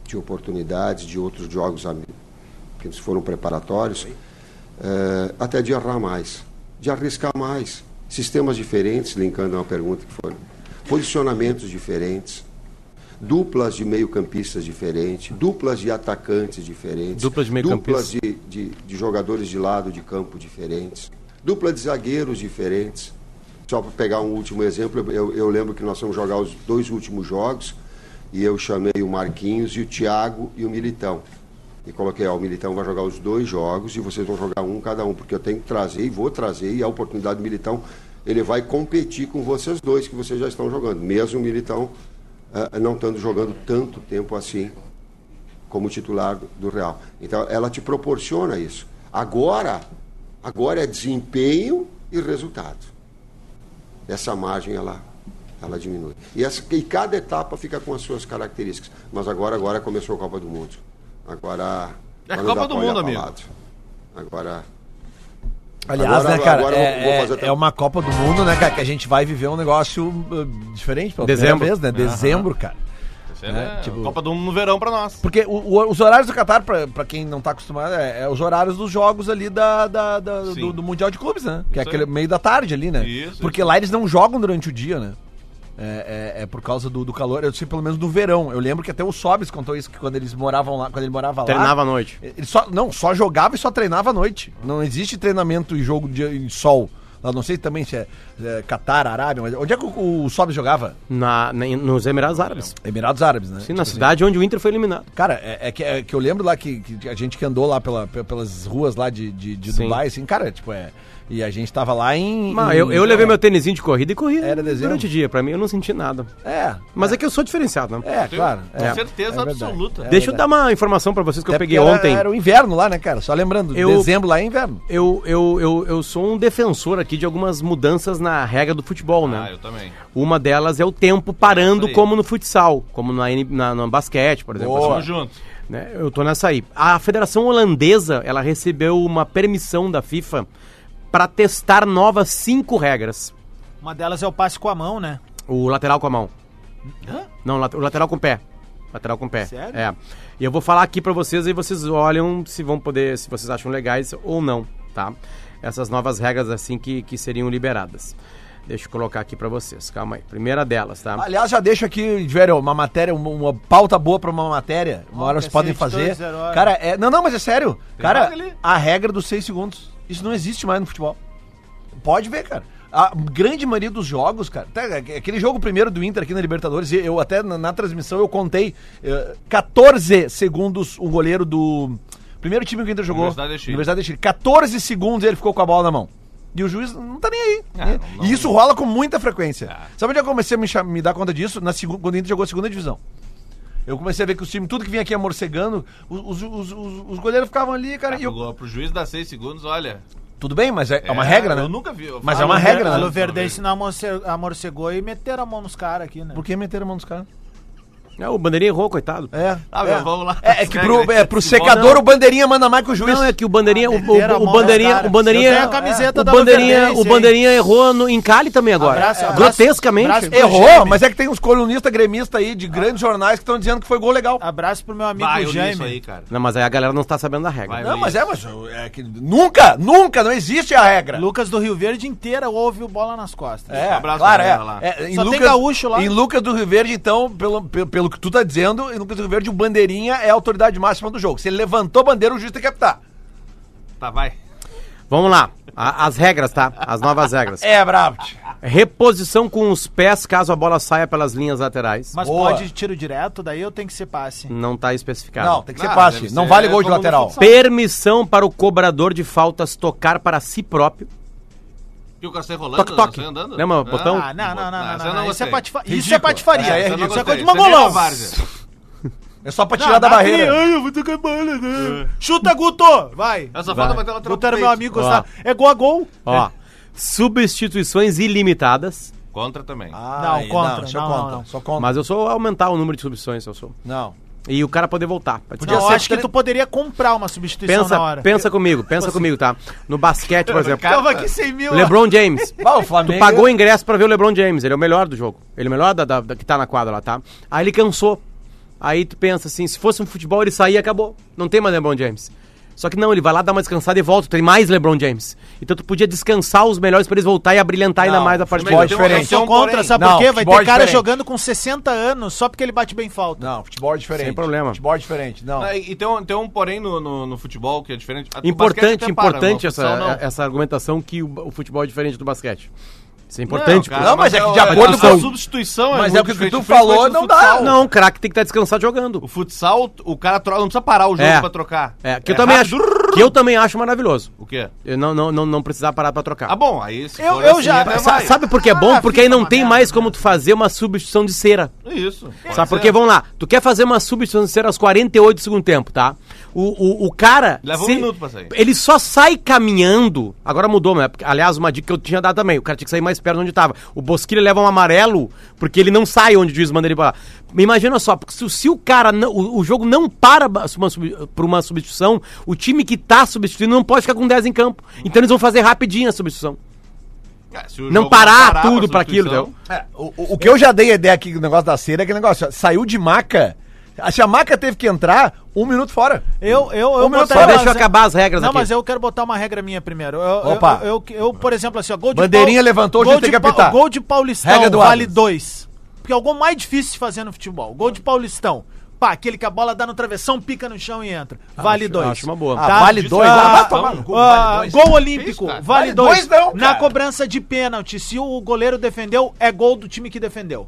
Speaker 13: de oportunidades de outros jogos ami- que eles foram preparatórios? eh, até de errar mais, de arriscar mais. Sistemas diferentes, linkando a uma pergunta que foi. Posicionamentos diferentes, duplas de meio-campistas diferentes, duplas de atacantes diferentes,
Speaker 2: Duplas de meio-campistas.
Speaker 13: duplas de- de- de jogadores de lado de campo diferentes, dupla de zagueiros diferentes. Só para pegar um último exemplo, eu, eu lembro que nós fomos jogar os dois últimos jogos e eu chamei o Marquinhos e o Thiago e o Militão. E coloquei, ó, o Militão vai jogar os dois jogos e vocês vão jogar um cada um, porque eu tenho que trazer e vou trazer, e a oportunidade do Militão, ele vai competir com vocês dois que vocês já estão jogando, mesmo o Militão ah, não estando jogando tanto tempo assim como titular do- do Real. Então ela te proporciona isso. Agora, agora é desempenho e resultado essa margem ela, ela diminui. E, essa, e cada etapa fica com as suas características. Mas agora, agora começou a Copa do Mundo. Agora.
Speaker 7: É
Speaker 13: agora
Speaker 7: Copa
Speaker 13: não dá
Speaker 7: do
Speaker 13: pra
Speaker 7: Mundo,
Speaker 13: olhar pra
Speaker 7: amigo.
Speaker 13: lado. Agora.
Speaker 11: Aliás,
Speaker 13: Agora-
Speaker 11: né, cara,
Speaker 13: agora eu vou-
Speaker 11: é,
Speaker 13: vou
Speaker 11: é-
Speaker 13: fazer até-
Speaker 11: é uma Copa do Mundo, né, cara, que a gente vai viver um negócio uh, diferente pela
Speaker 2: Dezembro.
Speaker 11: primeira vez, né?
Speaker 2: Aham.
Speaker 11: Dezembro, cara.
Speaker 7: Isso é,
Speaker 11: Né? Tipo-
Speaker 7: Copa do Mundo no verão pra nós.
Speaker 11: Porque o- o- os horários do Qatar, pra, pra quem não tá acostumado, é, é os horários dos jogos ali da, da- da- do, do Mundial de Clubes, né? Que é
Speaker 7: Isso
Speaker 11: aquele
Speaker 7: aí.
Speaker 11: meio da tarde ali, né?
Speaker 7: Isso,
Speaker 11: Porque lá eles não jogam durante o dia, né? É, é- é por causa do, do calor, eu sei pelo menos do verão. Eu lembro que até o Sobis contou isso, que quando eles moravam lá, quando ele morava
Speaker 2: Treinava
Speaker 11: lá.
Speaker 2: à noite.
Speaker 11: Ele só, não, só jogava e só treinava à noite. Não existe treinamento e jogo de em sol. Eu não sei também se é, é Catar, Arábia, mas onde é que o, o Sobis jogava?
Speaker 2: Na, na- nos Emirados Árabes.
Speaker 11: Emirados Árabes, né?
Speaker 2: Sim, na cidade onde o Inter foi eliminado.
Speaker 11: Cara, é, é que, é que eu lembro lá que, que a gente que andou lá pela- pe- pelas ruas lá de, de, de
Speaker 2: Sim.
Speaker 11: Dubai, assim, cara, tipo, é. E a gente tava lá em.
Speaker 2: Mas
Speaker 11: em-
Speaker 2: eu, eu levei meu tênisinho de corrida e corri
Speaker 11: Hum. Era dezembro?
Speaker 2: durante o dia. Pra mim, eu não senti nada.
Speaker 11: É.
Speaker 2: Mas é, que eu sou diferenciado, né?
Speaker 11: É, claro.
Speaker 2: Com
Speaker 11: É.
Speaker 2: certeza
Speaker 11: É verdade.
Speaker 2: absoluta.
Speaker 11: É
Speaker 2: Deixa eu
Speaker 11: verdade.
Speaker 2: dar uma informação pra vocês que eu
Speaker 11: Até
Speaker 2: peguei
Speaker 11: porque era-
Speaker 2: ontem.
Speaker 11: Era o inverno lá, né, cara? Só lembrando,
Speaker 2: Eu-
Speaker 11: dezembro lá é inverno.
Speaker 2: Eu, eu, eu, eu sou um defensor aqui de algumas mudanças na regra do futebol, né?
Speaker 7: Ah, eu também.
Speaker 2: Uma delas é o tempo
Speaker 7: Isso
Speaker 2: parando,
Speaker 7: aí.
Speaker 2: como no futsal, como na, N- na, no basquete, por exemplo.
Speaker 7: Boa.
Speaker 2: Assim,
Speaker 7: Tamo junto.
Speaker 2: né? Eu tô nessa aí. A Federação Holandesa, ela recebeu uma permissão da FIFA para testar novas cinco regras.
Speaker 5: Uma delas é o passe com a mão, né?
Speaker 2: O lateral com a mão.
Speaker 5: Hã?
Speaker 2: Não, late- o lateral com o pé. Lateral com o pé.
Speaker 5: Sério?
Speaker 2: É. E eu vou falar aqui pra vocês e vocês olham se vão poder, se vocês acham legais ou não, tá? Essas novas regras assim que, que seriam liberadas. Deixa eu colocar aqui pra vocês. Calma aí. Primeira delas, tá?
Speaker 11: Aliás, já deixo aqui, velho, uma matéria, uma, uma pauta boa pra uma matéria. Uma hora vocês podem fazer. Cara, é. Não, não, mas é sério. cara, a regra dos seis segundos. Isso não existe mais no futebol. Pode ver, cara. A grande maioria dos jogos, cara. tá, aquele jogo primeiro do Inter aqui na Libertadores, e eu até na, na transmissão eu contei eh, 14 segundos o goleiro do. Primeiro time que o Inter jogou.
Speaker 7: Universidade de Chile.
Speaker 11: Universidade de Chile. 14 segundos ele ficou com a bola na mão. E o juiz não tá nem aí.
Speaker 7: Ah,
Speaker 11: né?
Speaker 7: não- É.
Speaker 11: e isso rola com muita frequência. Sabe onde eu comecei a me, cha- me dar conta disso? Na segu- quando o Inter jogou a segunda divisão. Eu comecei a ver que os times, tudo que vinha aqui amorcegando, os, os, os, os- os goleiros ficavam ali, cara. e eu-
Speaker 7: Pro, pro juiz dar seis segundos, olha.
Speaker 11: tudo bem, mas é, é uma regra, né?
Speaker 7: Eu nunca vi. eu
Speaker 11: Mas
Speaker 7: falo-
Speaker 11: é uma regra, né?
Speaker 5: O Verdense não amorce- amorcegou e meteram a mão nos caras aqui, né?
Speaker 11: Por que meteram a mão nos caras?
Speaker 2: É, o bandeirinha errou, coitado.
Speaker 11: É.
Speaker 7: Ah, meu, vamos lá.
Speaker 11: É, é que pro, é, pro
Speaker 2: Se
Speaker 11: secador
Speaker 2: não-
Speaker 11: o bandeirinha manda mais que o juiz.
Speaker 2: Não, é que o bandeirinha, o,
Speaker 11: meteram a
Speaker 2: o, o
Speaker 11: mão
Speaker 2: bandeirinha,
Speaker 11: nos
Speaker 2: o
Speaker 11: caras.
Speaker 2: bandeirinha,
Speaker 11: Eu tenho a
Speaker 5: camiseta
Speaker 2: o
Speaker 5: da
Speaker 2: bandeirinha,
Speaker 5: Luverdense,
Speaker 2: o
Speaker 5: hein?
Speaker 2: bandeirinha errou no, em Cali também agora,
Speaker 5: Abraço, abraço.
Speaker 2: grotescamente.
Speaker 5: Abraço pro
Speaker 11: Errou,
Speaker 5: Jaime.
Speaker 11: mas é que tem uns colunistas gremistas aí de grandes jornais que estão dizendo que foi gol legal.
Speaker 7: Ah,
Speaker 5: Abraço pro meu amigo
Speaker 7: Bah, eu li
Speaker 5: Jaime.
Speaker 7: isso aí, cara.
Speaker 2: Não, mas aí a galera não tá sabendo da regra.
Speaker 11: Não, mas é, mas é que nunca, nunca, não existe a regra.
Speaker 5: Lucas do Rio Verde inteira ouve o bola nas costas.
Speaker 11: É,
Speaker 7: um Abraço
Speaker 11: claro,
Speaker 7: pra
Speaker 11: é.
Speaker 7: galera lá.
Speaker 11: É,
Speaker 5: Só tem gaúcho lá.
Speaker 11: Em Lucas do Rio Verde, então, pelo, pelo, pelo que tu tá dizendo, em Lucas do Rio Verde, o bandeirinha é a autoridade máxima do jogo. Se ele levantou a bandeira, o juiz tem que apitar.
Speaker 7: Tá, vai.
Speaker 2: Vamos lá, A- as regras, tá? As novas regras.
Speaker 11: É, bravo. tio.
Speaker 2: Reposição com os pés caso a bola saia pelas linhas laterais.
Speaker 5: Mas
Speaker 11: Boa.
Speaker 5: pode tiro direto, daí eu tenho que ser passe.
Speaker 2: Não tá especificado.
Speaker 11: Não, tem que ser
Speaker 7: Ah,
Speaker 11: passe.
Speaker 7: deve
Speaker 11: Não
Speaker 7: ser
Speaker 11: vale gol de
Speaker 7: como no
Speaker 11: lateral.
Speaker 7: futsal.
Speaker 2: Permissão para o cobrador de faltas tocar para si próprio.
Speaker 7: E o cara sai rolando,
Speaker 2: Toque, toque.
Speaker 7: sai andando.
Speaker 2: Lembra, botão?
Speaker 5: Ah, não, não, não, não,
Speaker 7: essa
Speaker 5: não,
Speaker 7: eu não
Speaker 5: Isso, é
Speaker 7: gostei.
Speaker 5: patifa... isso é
Speaker 11: Ridículo.
Speaker 5: patifaria.
Speaker 11: É, é
Speaker 5: isso,
Speaker 11: ridículo.
Speaker 5: é coisa de
Speaker 7: Isso é meio
Speaker 5: mongolão.
Speaker 7: várzea.
Speaker 11: É só pra tirar
Speaker 7: tá
Speaker 11: da barreira. É.
Speaker 5: eu vou tocar bola, né? Chuta, Guto! Vai!
Speaker 7: Essa
Speaker 2: Vai.
Speaker 7: falta bater lateral pro
Speaker 5: Guto era
Speaker 7: peito.
Speaker 5: meu amigo,
Speaker 2: Ó.
Speaker 5: gostava. É gol a gol.
Speaker 2: Ó, substituições ilimitadas.
Speaker 7: Contra também.
Speaker 5: Não,
Speaker 11: aí,
Speaker 5: contra,
Speaker 11: só
Speaker 5: não,
Speaker 11: contra.
Speaker 5: não, não.
Speaker 11: Só contra.
Speaker 2: Mas eu sou aumentar o número de substituições, eu sou.
Speaker 11: Não.
Speaker 2: E o cara poder voltar.
Speaker 5: Não, eu
Speaker 11: ser
Speaker 5: acho que
Speaker 11: tre-
Speaker 5: tu poderia comprar uma substituição na
Speaker 2: Pensa,
Speaker 5: hora.
Speaker 2: pensa comigo, pensa comigo, tá? No basquete, por exemplo.
Speaker 5: Tava aqui 100 mil.
Speaker 2: LeBron James.
Speaker 11: Bah, o Flamengo.
Speaker 2: Tu pagou o ingresso pra ver o LeBron James, ele é o melhor do jogo. Ele é o melhor da, da- da- que tá na quadra lá, tá? Aí ele cansou. Aí tu pensa assim, se fosse um futebol ele saía, acabou. Não tem mais LeBron James. Só que não, ele vai lá dar uma descansada e volta, tem mais LeBron James. Então tu podia descansar os melhores pra eles voltar e abrilhantar ainda
Speaker 11: Não,
Speaker 2: mais a parte
Speaker 11: futebol é
Speaker 2: de
Speaker 11: diferente.
Speaker 5: Eu sou
Speaker 7: Porém.
Speaker 5: contra, sabe
Speaker 11: Não,
Speaker 5: por quê? Vai
Speaker 11: futebol é
Speaker 5: ter cara
Speaker 11: diferente.
Speaker 5: jogando com 60 anos só porque ele bate bem falta.
Speaker 11: Não, futebol é diferente.
Speaker 2: Sem problema.
Speaker 11: Futebol é diferente, não.
Speaker 7: Ah, E e tem um, tem um porém no, no, no futebol que é diferente. Ah, o basquete
Speaker 2: Importante,
Speaker 7: até para,
Speaker 2: importante
Speaker 7: no futsal não.
Speaker 2: essa, é, essa argumentação que o, o futebol é diferente do basquete. Isso é importante.
Speaker 7: cara,
Speaker 2: porque-
Speaker 11: Não, mas é que de
Speaker 7: o-
Speaker 11: acordo
Speaker 7: a
Speaker 11: com-
Speaker 7: substituição
Speaker 11: Mas
Speaker 7: muito
Speaker 11: é o que tu
Speaker 7: diferente,
Speaker 11: falou,
Speaker 7: principalmente no
Speaker 11: não dá.
Speaker 7: futsal.
Speaker 2: Não, o craque tem que estar descansado jogando.
Speaker 7: O futsal, o cara troca, não precisa parar o jogo
Speaker 2: É.
Speaker 7: pra trocar.
Speaker 2: É, que eu também
Speaker 7: rápido.
Speaker 2: acho. Que eu também acho maravilhoso.
Speaker 7: O quê?
Speaker 2: Eu não, não, não, não precisar parar pra trocar.
Speaker 7: Ah, bom, aí se
Speaker 5: Eu-
Speaker 7: for assim,
Speaker 5: eu já-
Speaker 7: até
Speaker 2: Sa-
Speaker 7: vai.
Speaker 2: sabe por que é bom? Porque aí não tem mais como tu fazer uma substituição de cera.
Speaker 7: É Isso.
Speaker 2: Sabe por quê? Vamos lá. Tu quer fazer uma substituição de cera aos 48 do segundo tempo, tá? O, o, o cara.
Speaker 7: Leva um minuto pra sair.
Speaker 2: Ele só sai caminhando. Agora mudou, né? Porque, Aliás, uma dica que eu tinha dado também. O cara tinha que sair mais perto de onde tava. O Bosquilha leva um amarelo porque ele não sai onde o juiz manda ele pra lá. Me Imagina só, porque se, o- se o cara. não- o, o jogo não para ba- uma sub- por uma substituição, o time que tá substituindo não pode ficar com 10 em campo. Então eles vão fazer rapidinho a substituição.
Speaker 7: É, se o
Speaker 2: Não
Speaker 7: jogo
Speaker 2: parar,
Speaker 7: a
Speaker 2: tudo pra aquilo,
Speaker 7: substituição,
Speaker 2: entendeu?
Speaker 11: É, o, o- o que eu já dei a ideia aqui do negócio da cera é aquele negócio, ó, saiu de maca, se a maca teve que entrar, um minuto fora.
Speaker 5: Eu, eu, eu
Speaker 11: Ô, meu,
Speaker 5: botaria
Speaker 11: só
Speaker 2: deixa eu
Speaker 5: umas-
Speaker 2: acabar as
Speaker 5: é-
Speaker 2: regras
Speaker 5: Não,
Speaker 2: aqui.
Speaker 5: mas é- eu quero botar uma regra minha primeiro. Eu,
Speaker 11: Opa.
Speaker 5: Eu, eu, eu, por exemplo, assim, ó, gol de
Speaker 11: Bandeirinha
Speaker 5: pau-
Speaker 11: levantou,
Speaker 5: gol
Speaker 11: hoje tem
Speaker 5: de
Speaker 11: que apitar.
Speaker 5: pau- Gol de Paulistão
Speaker 11: Regra do
Speaker 5: vale
Speaker 11: Adams.
Speaker 5: dois. Porque é o gol mais difícil de se fazer no futebol. Gol de Paulistão. Pá, aquele que a bola dá no travessão, pica no chão e entra. Vale
Speaker 2: acho-
Speaker 5: dois.
Speaker 2: Ah,
Speaker 5: Tá?
Speaker 2: acho uma boa.
Speaker 11: Ah, vale dois? Ah, vai tomar no cu,
Speaker 5: ah,
Speaker 11: vale dois.
Speaker 5: gol olímpico,
Speaker 7: Isso, cara.
Speaker 5: vale,
Speaker 11: Vale
Speaker 5: dois.
Speaker 11: dois não,
Speaker 5: Na
Speaker 11: cara.
Speaker 5: cobrança de pênalti, se o goleiro defendeu, é gol do time que defendeu.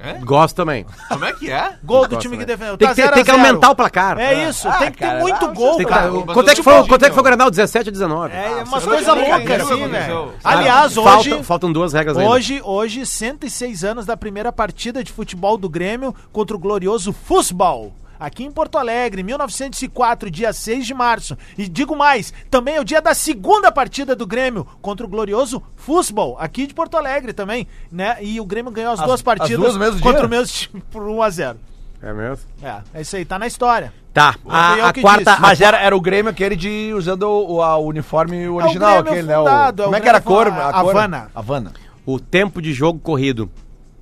Speaker 7: É?
Speaker 2: Gosto também.
Speaker 7: Como é que é?
Speaker 5: Gol do
Speaker 2: Gosto
Speaker 5: time que
Speaker 2: também.
Speaker 5: defendeu.
Speaker 2: Tem
Speaker 5: Tá
Speaker 2: que, ter-
Speaker 5: zero a
Speaker 2: tem que
Speaker 5: zero.
Speaker 2: aumentar o placar.
Speaker 5: É então, isso, tem que ter
Speaker 2: cara,
Speaker 5: muito
Speaker 2: não,
Speaker 5: gol,
Speaker 2: tem que-
Speaker 5: cara.
Speaker 2: Quanto é que foi, o- quanto é que foi o Grenal? 17 ou 19?
Speaker 5: É umas
Speaker 7: Você
Speaker 5: coisas
Speaker 7: não entendeu
Speaker 5: loucas
Speaker 7: o que
Speaker 5: assim,
Speaker 7: aconteceu.
Speaker 5: velho. Aliás,
Speaker 2: Falta-
Speaker 5: hoje.
Speaker 2: faltam duas regras ainda.
Speaker 5: hoje, Hoje, 106 anos da primeira partida de futebol do Grêmio contra o glorioso Fussball. Aqui em Porto Alegre, 1904, dia 6 de março. E digo mais, também é o dia da segunda partida do Grêmio contra o glorioso Fussball, aqui de Porto Alegre também, né? E o Grêmio ganhou as,
Speaker 11: As-
Speaker 5: duas
Speaker 11: as
Speaker 5: partidas
Speaker 11: duas no mesmo
Speaker 5: contra
Speaker 11: dia?
Speaker 5: o mesmo time por 1 a 0.
Speaker 2: É mesmo?
Speaker 5: É, é isso aí, tá na história.
Speaker 2: Tá.
Speaker 5: Fui eu
Speaker 11: A, a
Speaker 5: que
Speaker 11: quarta.
Speaker 5: disse.
Speaker 11: Mas era, era o Grêmio aquele de usando o, o- a- o uniforme original,
Speaker 5: É Grêmio
Speaker 11: aquele, né? O-
Speaker 5: fundado, é o
Speaker 11: como é que era a
Speaker 5: Grêmio
Speaker 11: cor?
Speaker 5: fundado,
Speaker 11: A cor?
Speaker 5: Havana.
Speaker 11: Havana.
Speaker 2: O tempo de jogo corrido,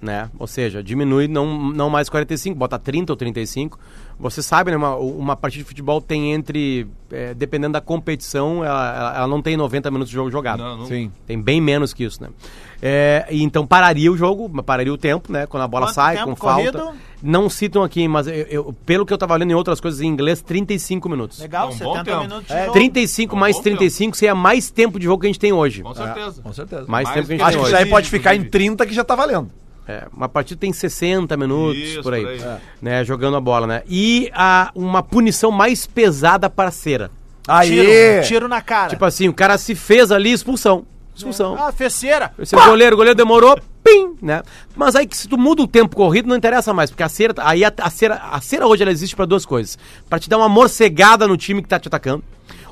Speaker 2: né? Ou seja, diminui não, não mais 45, bota 30 ou 35. Você sabe, né? Uma, uma partida de futebol tem entre. é, dependendo da competição, ela, ela- ela não tem 90 minutos de jogo jogado.
Speaker 7: Ah, Não, não.
Speaker 11: Sim.
Speaker 2: Tem bem menos que isso, né? É, e então pararia o jogo, pararia o tempo, né? Quando a bola
Speaker 5: Quanto
Speaker 2: sai,
Speaker 5: tempo
Speaker 2: com falta.
Speaker 5: corrido?
Speaker 2: Não citam aqui, mas eu- eu- pelo que eu tava lendo em outras coisas em inglês, 35 minutos.
Speaker 5: Legal,
Speaker 7: É um bom
Speaker 5: 70
Speaker 7: tempo.
Speaker 5: minutos de
Speaker 2: É,
Speaker 5: jogo.
Speaker 7: É
Speaker 2: 35
Speaker 7: um
Speaker 2: mais
Speaker 7: bom
Speaker 2: 35 seria mais tempo de jogo que a gente tem hoje.
Speaker 7: Com certeza.
Speaker 11: Ah, Com certeza.
Speaker 2: Mais,
Speaker 7: Mais
Speaker 2: tempo que a gente
Speaker 7: que
Speaker 11: Acho
Speaker 2: tem
Speaker 11: que
Speaker 2: hoje.
Speaker 11: isso aí pode
Speaker 7: Inclusive.
Speaker 11: ficar em 30 que já tá valendo.
Speaker 2: É, uma partida tem 60 minutos,
Speaker 7: Isso,
Speaker 2: por aí,
Speaker 7: por aí. É.
Speaker 2: Né, jogando a bola, né? E a, uma punição mais pesada parceira.
Speaker 11: Aí.
Speaker 5: Tiro, tiro na cara.
Speaker 2: Tipo assim, o cara se fez ali, expulsão. Expulsão.
Speaker 5: Ah, feceira.
Speaker 2: Esse é o goleiro, o goleiro demorou, pim, né? Mas aí que se tu muda o tempo corrido, não interessa mais, porque a cera, aí a, a cera, a cera hoje ela existe pra duas coisas. Pra te dar uma morcegada no time que tá te atacando,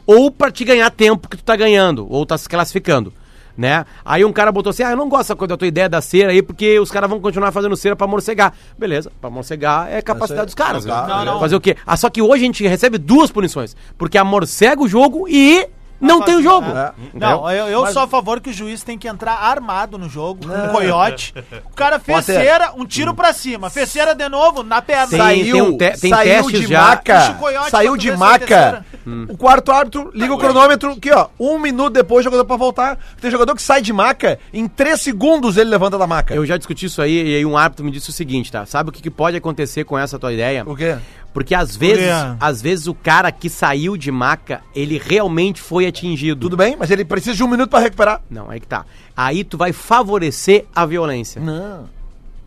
Speaker 2: ou pra te ganhar tempo que tu tá ganhando, ou tá se classificando. Né? Aí um cara botou assim: Ah, eu não gosto dessa coisa da tua ideia da cera aí, porque os caras vão continuar fazendo cera pra morcegar. Beleza, pra morcegar é capacidade dos caras. né?
Speaker 11: Não, não.
Speaker 2: Fazer o quê? Ah, só que hoje a gente recebe duas punições: porque a morcega o jogo e não tem o jogo. Entendeu?
Speaker 5: Não, eu, eu
Speaker 11: Mas-
Speaker 5: sou a favor que o juiz tem que entrar armado no jogo, um coiote. O cara fez
Speaker 11: Pode ser.
Speaker 5: cera, um tiro pra cima. Fez cera de novo, na perna.
Speaker 2: Tem- tem um te- tem
Speaker 11: saiu
Speaker 2: testes
Speaker 11: de
Speaker 2: já.
Speaker 5: Puxa
Speaker 2: Hum.
Speaker 5: o
Speaker 11: maca.
Speaker 5: coiote
Speaker 11: Saiu
Speaker 5: pra
Speaker 11: de
Speaker 5: ver se é
Speaker 11: maca.
Speaker 5: terceira.
Speaker 11: O quarto árbitro liga
Speaker 5: Tá
Speaker 11: o cronômetro. Aqui, ó. Um minuto depois, o jogador pra voltar. Tem jogador que sai de maca. Em três segundos ele levanta da maca.
Speaker 2: Eu já discuti isso aí e aí um árbitro me disse o seguinte, tá? Sabe o que, que pode acontecer com essa tua ideia?
Speaker 11: O quê?
Speaker 2: Porque às vezes,
Speaker 5: quê?
Speaker 2: às vezes o cara que saiu de maca, ele realmente foi atingido.
Speaker 11: Tudo bem, mas ele precisa de um minuto pra recuperar.
Speaker 2: Não, aí que tá. Aí tu vai favorecer a violência.
Speaker 11: Não.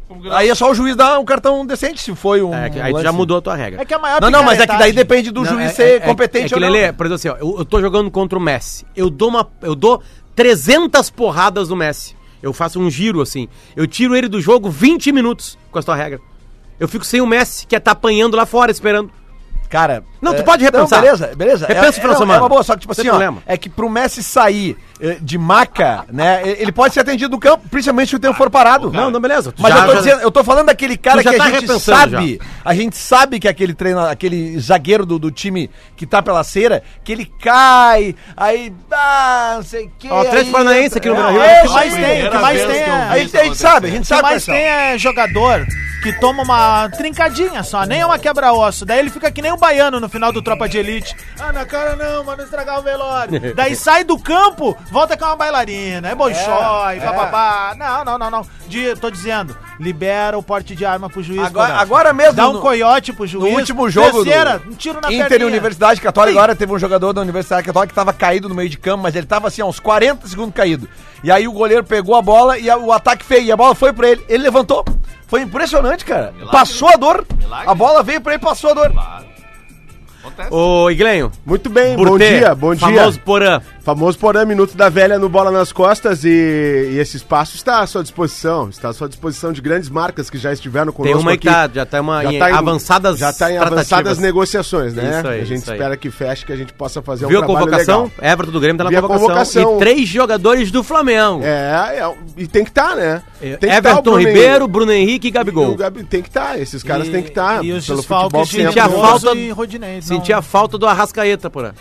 Speaker 7: Como que não?
Speaker 11: Aí é só o juiz dar um cartão decente se foi um.
Speaker 2: É, que- aí tu
Speaker 11: lance.
Speaker 2: já mudou a tua regra.
Speaker 5: É que a maior
Speaker 11: Não, não, mas é que daí
Speaker 5: picaretagem.
Speaker 11: depende do
Speaker 2: Não,
Speaker 11: juiz
Speaker 2: é-
Speaker 11: ser
Speaker 2: é-
Speaker 11: competente
Speaker 2: é, é que,
Speaker 11: ou não. né?
Speaker 2: Lelê, por exemplo assim, ó, eu, eu tô jogando contra o Messi. Eu dou uma eu dou 300 porradas no Messi. Eu faço um giro assim. Eu tiro ele do jogo 20 minutos com a tua regra. Eu fico sem o Messi, que tá apanhando lá fora esperando.
Speaker 11: Cara. é,
Speaker 2: Não, tu pode repensar.
Speaker 11: beleza, beleza.
Speaker 2: Repensa o final de
Speaker 11: não,
Speaker 2: semana.
Speaker 11: É uma boa, só que, tipo
Speaker 2: Sem
Speaker 11: assim, ó,
Speaker 2: problema.
Speaker 11: é que pro Messi sair eh, de maca, né? e- Ele pode ser atendido no campo, principalmente se o tempo for parado.
Speaker 2: Não, não, beleza. Tu
Speaker 11: Mas
Speaker 2: já-
Speaker 11: eu tô
Speaker 2: já-
Speaker 11: dizendo, eu tô falando daquele cara
Speaker 2: Tu já
Speaker 11: que
Speaker 2: tá
Speaker 11: a gente
Speaker 2: repensando
Speaker 11: sabe. A gente sabe que aquele treino, aquele zagueiro do, do time que tá pela cera, que ele cai, aí. Ah, não sei o quê.
Speaker 2: Ó, o Atlético
Speaker 11: aí
Speaker 2: Paranaense
Speaker 11: entra.
Speaker 2: aqui no
Speaker 11: É,
Speaker 2: Brasil.
Speaker 11: é,
Speaker 5: O que
Speaker 11: isso
Speaker 5: mais
Speaker 11: aí.
Speaker 5: tem, o que
Speaker 7: Primeira
Speaker 5: mais tem
Speaker 7: vez que eu
Speaker 5: é.
Speaker 11: A gente, a gente sabe, a gente
Speaker 5: O que
Speaker 11: sabe. assim,
Speaker 5: mais
Speaker 11: Marcelo.
Speaker 5: tem é jogador que toma uma trincadinha só, nem é uma quebra-osso. Daí ele fica que nem o baiano no final do Tropa de Elite. Ah, na cara não, mano, estragar o velório. Daí sai do campo, volta com uma bailarina, é bolchói,
Speaker 11: é.
Speaker 5: bababá. Não, não, não, não. De, tô dizendo, libera o porte de arma pro juiz.
Speaker 11: Agora-
Speaker 5: Codazzi.
Speaker 11: agora mesmo
Speaker 5: Dá um
Speaker 11: no-
Speaker 5: coiote pro
Speaker 11: No
Speaker 5: juiz.
Speaker 11: último jogo
Speaker 5: terceira,
Speaker 11: do
Speaker 5: um tiro na
Speaker 11: Inter e
Speaker 5: perninha.
Speaker 11: Universidade Católica,
Speaker 5: Sim.
Speaker 11: agora teve um jogador da Universidade Católica que tava caído no meio de campo, mas ele tava assim, ó, uns 40 segundos caído. E aí o goleiro pegou a bola e a- o ataque feio, e a bola foi pra ele. Ele levantou. Foi impressionante, cara. Passou a dor.
Speaker 7: Milagre.
Speaker 11: A bola veio pra ele, passou a dor.
Speaker 7: Acontece.
Speaker 2: Ô, Iglenho.
Speaker 15: Muito bem, bom
Speaker 2: Burtê,
Speaker 15: dia, bom dia.
Speaker 2: Famoso Porã.
Speaker 15: Famoso Porã, minuto da velha no Bola nas Costas e, e esse espaço está à sua disposição. Está à sua disposição de grandes marcas que já estiveram conosco
Speaker 2: Tem uma
Speaker 15: aqui.
Speaker 2: que tá, já tá, uma, em, avançadas
Speaker 15: Já está em
Speaker 2: tratativas.
Speaker 15: avançadas negociações, né?
Speaker 2: Isso aí,
Speaker 15: a gente
Speaker 2: isso aí.
Speaker 15: espera que feche, que a gente possa fazer
Speaker 2: Viu
Speaker 15: um
Speaker 2: a
Speaker 15: trabalho
Speaker 2: convocação?
Speaker 15: legal.
Speaker 2: Everton do Grêmio tá na
Speaker 15: Vi a
Speaker 2: convocação,
Speaker 15: convocação.
Speaker 2: E três jogadores do Flamengo.
Speaker 15: É, é, e tem que estar, né? Tem que tá o
Speaker 2: É, Everton
Speaker 15: Bruno Henrique.
Speaker 2: Ribeiro, Bruno Henrique e
Speaker 15: E o
Speaker 2: Gabigol.
Speaker 15: Gabi- tem que estar, esses caras
Speaker 5: E-
Speaker 15: têm que
Speaker 11: tá
Speaker 15: estar.
Speaker 5: E os
Speaker 15: pelo
Speaker 5: desfalques
Speaker 15: futebol
Speaker 5: de
Speaker 15: que
Speaker 11: um
Speaker 2: Sentia a
Speaker 5: Lindoso
Speaker 2: falta-
Speaker 5: e Rodinei. não-
Speaker 2: Senti a falta do Arrascaeta, Porã.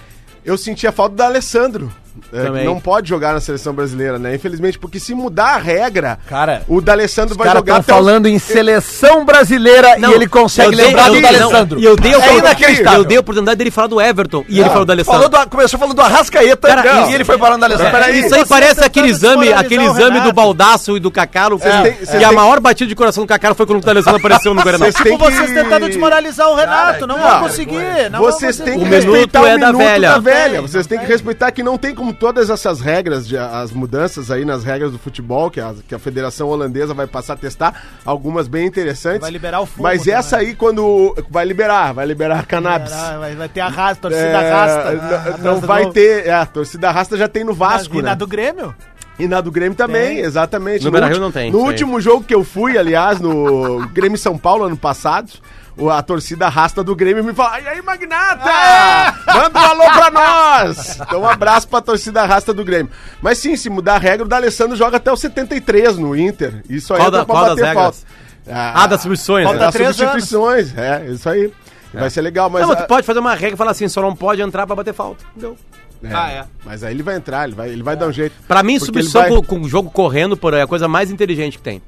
Speaker 15: Eu senti a falta do Alessandro. é, que
Speaker 2: Também.
Speaker 15: não pode jogar na seleção brasileira, né? Infelizmente, porque se mudar a regra,
Speaker 11: Cara,
Speaker 15: o D'Alessandro
Speaker 11: Os
Speaker 15: vai
Speaker 11: caras
Speaker 15: jogar
Speaker 11: estão
Speaker 15: até os-
Speaker 11: falando em seleção brasileira e ele consegue
Speaker 2: eu dei-
Speaker 11: lembrar
Speaker 2: eu
Speaker 11: do
Speaker 2: dei- não,
Speaker 11: Alessandro.
Speaker 2: E eu dei, a
Speaker 11: é
Speaker 2: oportunidade-
Speaker 11: inacreditável. É.
Speaker 2: eu dei a oportunidade dele falar do Everton. E ele falou do
Speaker 11: Falou
Speaker 2: Alessandro.
Speaker 11: do- começou falando do Arrascaeta
Speaker 2: Cara,
Speaker 11: não,
Speaker 2: isso-
Speaker 11: e ele foi falando do Alessandro.
Speaker 15: Peraí.
Speaker 2: Isso aí
Speaker 5: Você
Speaker 2: parece
Speaker 5: tentando
Speaker 2: aquele exame,
Speaker 5: desmoralizar
Speaker 2: aquele
Speaker 5: o
Speaker 2: exame do
Speaker 5: Renato.
Speaker 2: Baldaço e do Cacaro. fez-
Speaker 15: tem-
Speaker 2: e
Speaker 15: vocês
Speaker 2: a
Speaker 15: têm-
Speaker 2: maior batida de coração do Cacaro foi quando o D'Alessandro apareceu no Guaraná.
Speaker 15: Vocês
Speaker 5: Tipo,
Speaker 15: Tem que-
Speaker 5: vocês tentando desmoralizar o Renato, não
Speaker 15: Cara,
Speaker 5: vão conseguir. Não vão
Speaker 15: Vocês
Speaker 5: conseguir.
Speaker 15: têm
Speaker 2: O
Speaker 15: que
Speaker 2: minuto
Speaker 15: respeitar o
Speaker 2: é da
Speaker 15: minuto
Speaker 2: velha.
Speaker 15: da velha.
Speaker 5: Não
Speaker 15: Vocês têm que respeitar que não tem como como todas essas regras, de- as mudanças aí nas regras do futebol, que a, que a Federação Holandesa vai passar a testar, algumas bem interessantes.
Speaker 5: Vai liberar o né? fumo
Speaker 15: Mas essa aí, quando. Vai liberar, vai liberar a cannabis.
Speaker 5: Vai, vai- vai ter arrasta, torcida
Speaker 15: É,
Speaker 5: arrasta.
Speaker 15: n-
Speaker 5: Ah,
Speaker 15: Não,
Speaker 5: atrás
Speaker 15: vai
Speaker 5: do gol.
Speaker 15: ter. É, a torcida arrasta já tem no
Speaker 11: é
Speaker 15: Vasco.
Speaker 5: E
Speaker 15: né?
Speaker 5: na do Grêmio?
Speaker 15: E na do Grêmio também,
Speaker 5: Tem.
Speaker 15: exatamente.
Speaker 2: No Beira-Rio
Speaker 15: ulti-
Speaker 2: não tem,
Speaker 15: No
Speaker 2: isso aí.
Speaker 15: último jogo que eu fui, aliás, no Grêmio São Paulo ano passado, o- a torcida arrasta do Grêmio me fala: "E aí, Magnata?
Speaker 2: Ah!
Speaker 15: Manda um alô pra nós!" Então um abraço pra torcida arrasta do Grêmio. Mas sim, se mudar a regra, o D'Alessandro joga até o 73 no Inter. Isso aí
Speaker 2: Qual
Speaker 15: é
Speaker 2: da- qual das regras?
Speaker 15: Ah,
Speaker 2: Ah, das substituições,
Speaker 15: Falta
Speaker 2: né?
Speaker 15: das
Speaker 2: Três
Speaker 15: substituições, é, isso aí. Vai ser legal, mas
Speaker 2: não, mas
Speaker 15: a-
Speaker 2: tu pode fazer uma regra e falar assim, só não pode entrar pra bater falta. Deu.
Speaker 15: É,
Speaker 7: Ah, é.
Speaker 15: Mas aí ele vai entrar, ele vai, ele vai dar um jeito.
Speaker 2: Pra mim,
Speaker 15: Porque ele
Speaker 2: substituição
Speaker 15: vai-
Speaker 2: com, com o jogo correndo por aí é a coisa mais inteligente que tem.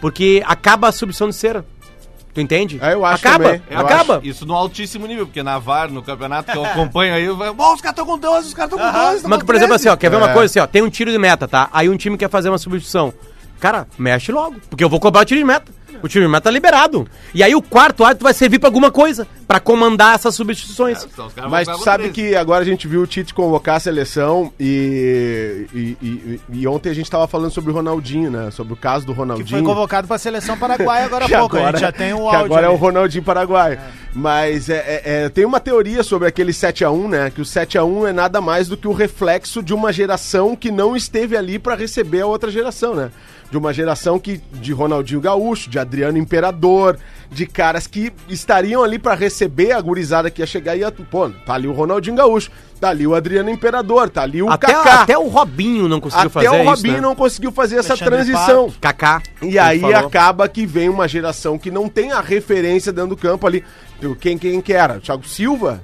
Speaker 2: Porque acaba a substituição de cera. Tu entende?
Speaker 15: É, eu acho
Speaker 2: acaba,
Speaker 15: também, eu
Speaker 2: acaba.
Speaker 7: acho Isso no altíssimo nível, porque na VAR, no campeonato que eu acompanho aí, eu falo, "Bom, os caras estão com 12, os caras estão com
Speaker 11: é
Speaker 7: 12. tão
Speaker 2: Mas,
Speaker 7: com
Speaker 2: por exemplo,
Speaker 7: 13."
Speaker 2: assim, ó, quer ver uma
Speaker 7: É.
Speaker 2: coisa assim, ó? Tem um tiro de meta, tá? Aí um time quer fazer uma substituição. Cara, mexe logo, porque eu vou cobrar o tiro de meta. O tiro de meta tá liberado. E aí o quarto árbitro vai servir pra alguma coisa, pra comandar essas substituições.
Speaker 15: Mas tu sabe que agora a gente viu o Tite convocar a seleção e, e, e- e ontem a gente tava falando sobre o Ronaldinho, né? Sobre o caso do Ronaldinho.
Speaker 5: Que foi convocado pra seleção paraguaia agora há
Speaker 15: Que
Speaker 5: pouco. a gente já tem o
Speaker 15: que
Speaker 5: áudio.
Speaker 15: agora é o
Speaker 5: ali.
Speaker 15: Ronaldinho Paraguai. Mas é, é- é, tem uma teoria sobre aquele 7x1, né? Que o 7x1 é nada mais do que o reflexo de uma geração que não esteve ali pra receber a outra geração, né? De uma geração que de Ronaldinho Gaúcho, de Adriano Imperador, de caras que estariam ali pra receber a gurizada que ia chegar e ia. Pô, tá ali o Ronaldinho Gaúcho, tá ali o Adriano Imperador, tá ali o
Speaker 2: até,
Speaker 15: Kaká.
Speaker 2: até o Robinho não conseguiu
Speaker 15: Até
Speaker 2: fazer
Speaker 15: o
Speaker 2: isso,
Speaker 15: Robinho
Speaker 2: né?
Speaker 15: não conseguiu fazer essa
Speaker 2: Alexandre
Speaker 15: transição.
Speaker 2: Pato, Kaká.
Speaker 15: E
Speaker 2: ele
Speaker 15: aí
Speaker 2: falou.
Speaker 15: acaba que vem uma geração que não tem a referência dentro do campo ali. Tipo, Quem, quem que era? Thiago Silva?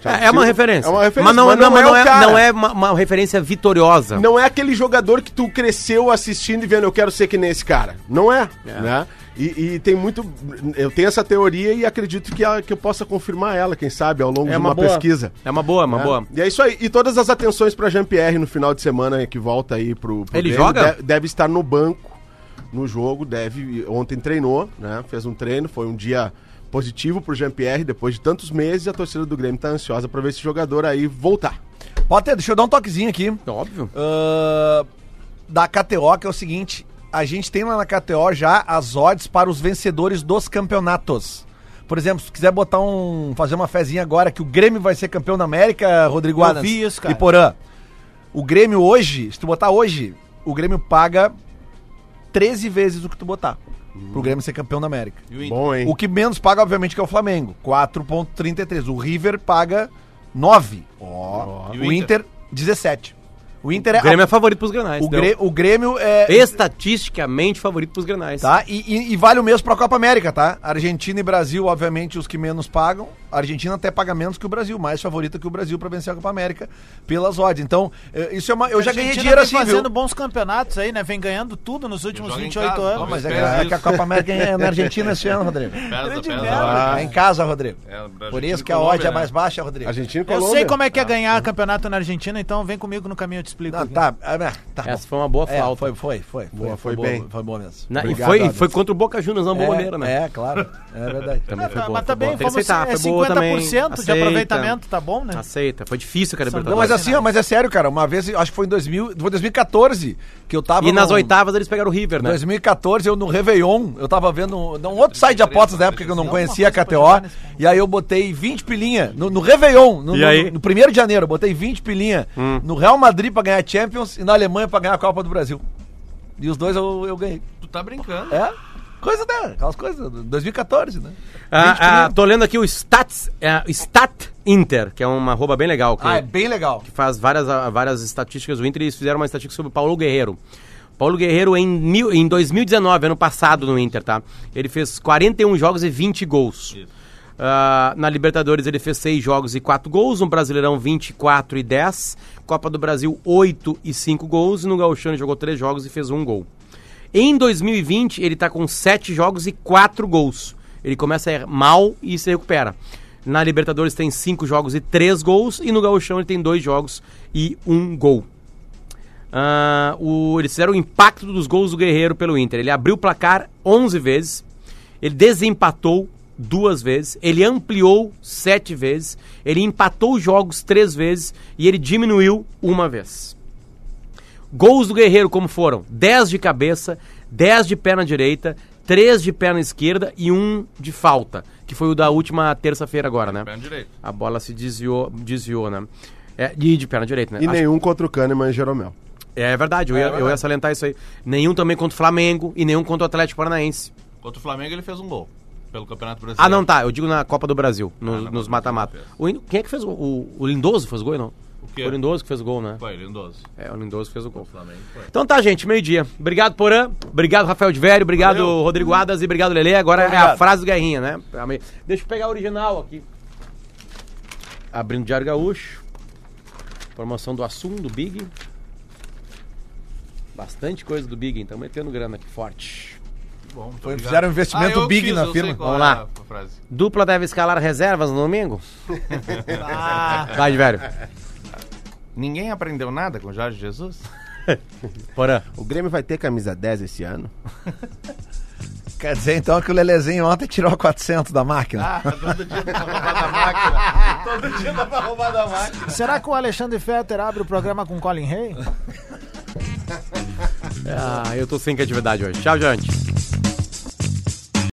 Speaker 15: Thiago
Speaker 2: É, é
Speaker 15: Silva?
Speaker 2: uma referência.
Speaker 15: É uma referência.
Speaker 2: Mas não, não, mas não é,
Speaker 15: o cara.
Speaker 2: não é uma, uma referência vitoriosa.
Speaker 15: Não é aquele jogador que tu cresceu assistindo e vendo, eu quero ser que nem esse cara. Não é, né? E, e tem muito... Eu tenho essa teoria e acredito que, a- que eu possa confirmar ela, quem sabe, ao longo de uma, pesquisa.
Speaker 2: É uma boa, uma
Speaker 15: né?
Speaker 2: boa.
Speaker 15: E é isso aí. E todas as atenções pra Jean-Pierre no final de semana que volta aí pro, pro
Speaker 2: Ele
Speaker 15: Grêmio.
Speaker 2: joga?
Speaker 15: De- deve estar no banco no jogo, deve ontem treinou, né? Fez um treino, foi um dia positivo pro Jean-Pierre depois de tantos meses, a torcida do Grêmio tá ansiosa pra ver esse jogador aí voltar. É
Speaker 11: Potter, deixa eu dar um toquezinho aqui. Ah,
Speaker 2: Óbvio.
Speaker 11: da KTO, que é o seguinte: a gente tem lá na KTO já as odds para os vencedores dos campeonatos. Por exemplo, se quiser botar um. fazer uma fezinha agora que o Grêmio vai ser campeão da América, Rodrigo
Speaker 5: Eu
Speaker 11: Adams
Speaker 5: vi isso, cara.
Speaker 11: E Porã. O Grêmio hoje, se tu botar hoje, o Grêmio paga 13 vezes o que tu botar. Pro Grêmio ser campeão da América.
Speaker 7: E o Inter?
Speaker 15: Bom, hein?
Speaker 11: O que menos paga, obviamente, que é o Flamengo. 4,33. O River paga 9. Ó.
Speaker 2: Ó. E o
Speaker 11: O Inter, 17. O Inter é.
Speaker 2: O Grêmio é favorito pros granais.
Speaker 11: O,
Speaker 2: então.
Speaker 11: Grê- o Grêmio é.
Speaker 2: Estatisticamente favorito pros granais.
Speaker 11: Tá? E, e- e vale o mesmo pra Copa América, tá? Argentina e Brasil, obviamente, os que menos pagam. A Argentina até paga menos que o Brasil, mais favorita que o Brasil pra vencer a Copa América pelas odds. Então, eh, isso é uma. Eu já
Speaker 5: A
Speaker 11: ganhei
Speaker 5: Argentina
Speaker 11: dinheiro
Speaker 5: vem
Speaker 11: assim,
Speaker 5: fazendo
Speaker 11: viu?
Speaker 5: bons campeonatos aí, né? Vem ganhando tudo nos últimos
Speaker 11: Joga em
Speaker 5: 28
Speaker 11: casa,
Speaker 5: anos.
Speaker 11: Não, mas é,
Speaker 7: Talvez pesa
Speaker 11: que a
Speaker 7: isso.
Speaker 11: Copa América é na Argentina esse ano, Rodrigo.
Speaker 7: Pesa, pesa.
Speaker 11: É em casa, Rodrigo.
Speaker 7: É, Argentina
Speaker 11: Por isso
Speaker 7: e
Speaker 11: que a
Speaker 7: Colômbia,
Speaker 11: odd é
Speaker 7: né?
Speaker 11: mais baixa, Rodrigo.
Speaker 15: Argentina
Speaker 5: Eu sei como é que é ganhar campeonato na Argentina, então vem comigo no caminho, eu te explico.
Speaker 11: Ah,
Speaker 5: aqui.
Speaker 11: tá, ah, tá
Speaker 2: Essa foi uma boa
Speaker 11: É,
Speaker 2: flauta.
Speaker 11: foi, foi, foi.
Speaker 15: Boa, foi
Speaker 11: boa,
Speaker 15: bem.
Speaker 11: Foi boa mesmo.
Speaker 2: Na- e
Speaker 11: Obrigado,
Speaker 2: foi,
Speaker 11: Adams.
Speaker 2: foi contra o Boca Juniors na
Speaker 11: É,
Speaker 2: bomboneira, né?
Speaker 11: É, claro. É verdade.
Speaker 2: Também foi
Speaker 5: Ah,
Speaker 2: boa.
Speaker 5: mas
Speaker 2: foi
Speaker 5: tá bem,
Speaker 2: boa. Tem que
Speaker 5: vamos-
Speaker 2: aceitar,
Speaker 5: é
Speaker 2: foi boa também.
Speaker 5: 50% de
Speaker 2: Aceita.
Speaker 5: aproveitamento, tá bom, né?
Speaker 2: Aceita, foi difícil, cara,
Speaker 11: Não, mas assim, ó, mas é sério, cara. Uma vez, acho que foi em 2000, foi 2014 que eu tava.
Speaker 2: E nas
Speaker 11: num-
Speaker 2: oitavas eles pegaram o River, né?
Speaker 11: 2014, eu no Réveillon, eu tava vendo um, um outro site de apostas
Speaker 2: né?
Speaker 11: da época que eu não conhecia, a KTO, e aí eu botei 20 pilinha no, no Réveillon, no,
Speaker 2: assim, E
Speaker 11: no-
Speaker 2: aí? Hum.
Speaker 11: no 1 de janeiro, eu botei 20 pilinha no Real Madrid pra ganhar a Champions e na Alemanha pra ganhar a Copa do Brasil. E os dois eu, eu ganhei.
Speaker 7: Tu tá brincando.
Speaker 11: É? Coisa, né? Aquelas coisas, 2014, né?
Speaker 2: Ah, ah, tô lendo aqui o Stats, é, Stat Inter, que é uma arroba bem legal. Que,
Speaker 11: Ah, é bem legal.
Speaker 2: que faz várias, ah, várias estatísticas do Inter e eles fizeram uma estatística sobre o Paulo Guerreiro. Paulo Guerreiro, em, mil, em 2019, ano passado no Inter, tá? Ele fez 41 jogos e 20 gols. Ah, na Libertadores ele fez 6 jogos e 4 gols, no Brasileirão 24 e 10, Copa do Brasil 8 e 5 gols, e no Gauchão ele jogou 3 jogos e fez 1 gol. Em 2020, ele tá com 7 jogos e 4 gols. Ele começa a ir mal e se recupera. Na Libertadores tem 5 jogos e 3 gols. E no Gauchão ele tem 2 jogos e 1 um gol. Ah, o- eles fizeram o impacto dos gols do Guerreiro pelo Inter. Ele abriu o placar 11 vezes. Ele desempatou duas vezes, ele ampliou sete vezes, ele empatou jogos três vezes e ele diminuiu uma vez. Gols do Guerreiro como foram? 10 de cabeça, 10 de perna direita, 3 de perna esquerda e um de falta, que foi o da última terça-feira agora, né?
Speaker 7: Perna direita.
Speaker 2: A bola se desviou, desviou né? É, e de perna direita, né?
Speaker 15: E
Speaker 2: Acho-
Speaker 15: nenhum contra o Kahneman e Jeromel.
Speaker 2: É verdade, eu,
Speaker 7: É
Speaker 2: ia, eu ia
Speaker 7: verdade.
Speaker 2: salientar isso aí. Nenhum também contra o Flamengo e nenhum contra o Atlético Paranaense.
Speaker 7: Contra o Flamengo ele fez um gol pelo Campeonato Brasileiro.
Speaker 2: Ah, não, tá. Eu digo Ah, na Copa do Brasil, no- nos mata-mata. O Indo- Quem é que fez o gol? O, o Lindoso fez o gol, não? O
Speaker 7: quê?
Speaker 2: O Lindoso que fez o gol, né?
Speaker 7: Foi, Lindoso.
Speaker 2: É, o Lindoso fez o gol.
Speaker 7: Flamengo foi.
Speaker 2: Então tá, gente, meio-dia. Obrigado, Porã. Obrigado, Rafael de Velho. Obrigado, Rodrigo Adas. E obrigado, Lelê. Agora é a
Speaker 7: Obrigado.
Speaker 2: frase do Guerrinha, né? Deixa eu pegar a original aqui. Abrindo o Diário Gaúcho. Promoção do Assum, do Big. Bastante coisa do Big, então metendo grana aqui forte.
Speaker 7: Bom, muito
Speaker 2: Foi-
Speaker 7: obrigado.
Speaker 2: fizeram um investimento
Speaker 7: Ah, eu
Speaker 2: big na
Speaker 7: eu sei
Speaker 2: firma.
Speaker 7: qual
Speaker 2: Vamos
Speaker 7: é
Speaker 2: lá.
Speaker 7: a frase.
Speaker 2: Dupla deve escalar reservas no domingo?
Speaker 7: Ah.
Speaker 2: Vai, de velho.
Speaker 7: Ninguém aprendeu nada com Jorge Jesus?
Speaker 2: Porã.
Speaker 10: O Grêmio vai ter camisa 10 esse ano?
Speaker 16: Quer dizer então que o Lelezinho ontem tirou 400 da máquina.
Speaker 7: Todo dia tá roubando a máquina. Todo dia tá pra roubar da máquina.
Speaker 5: Será que o Alexandre Fetter abre o programa com Colin Hay?
Speaker 2: Ah, eu tô sem criatividade hoje. Tchau, gente.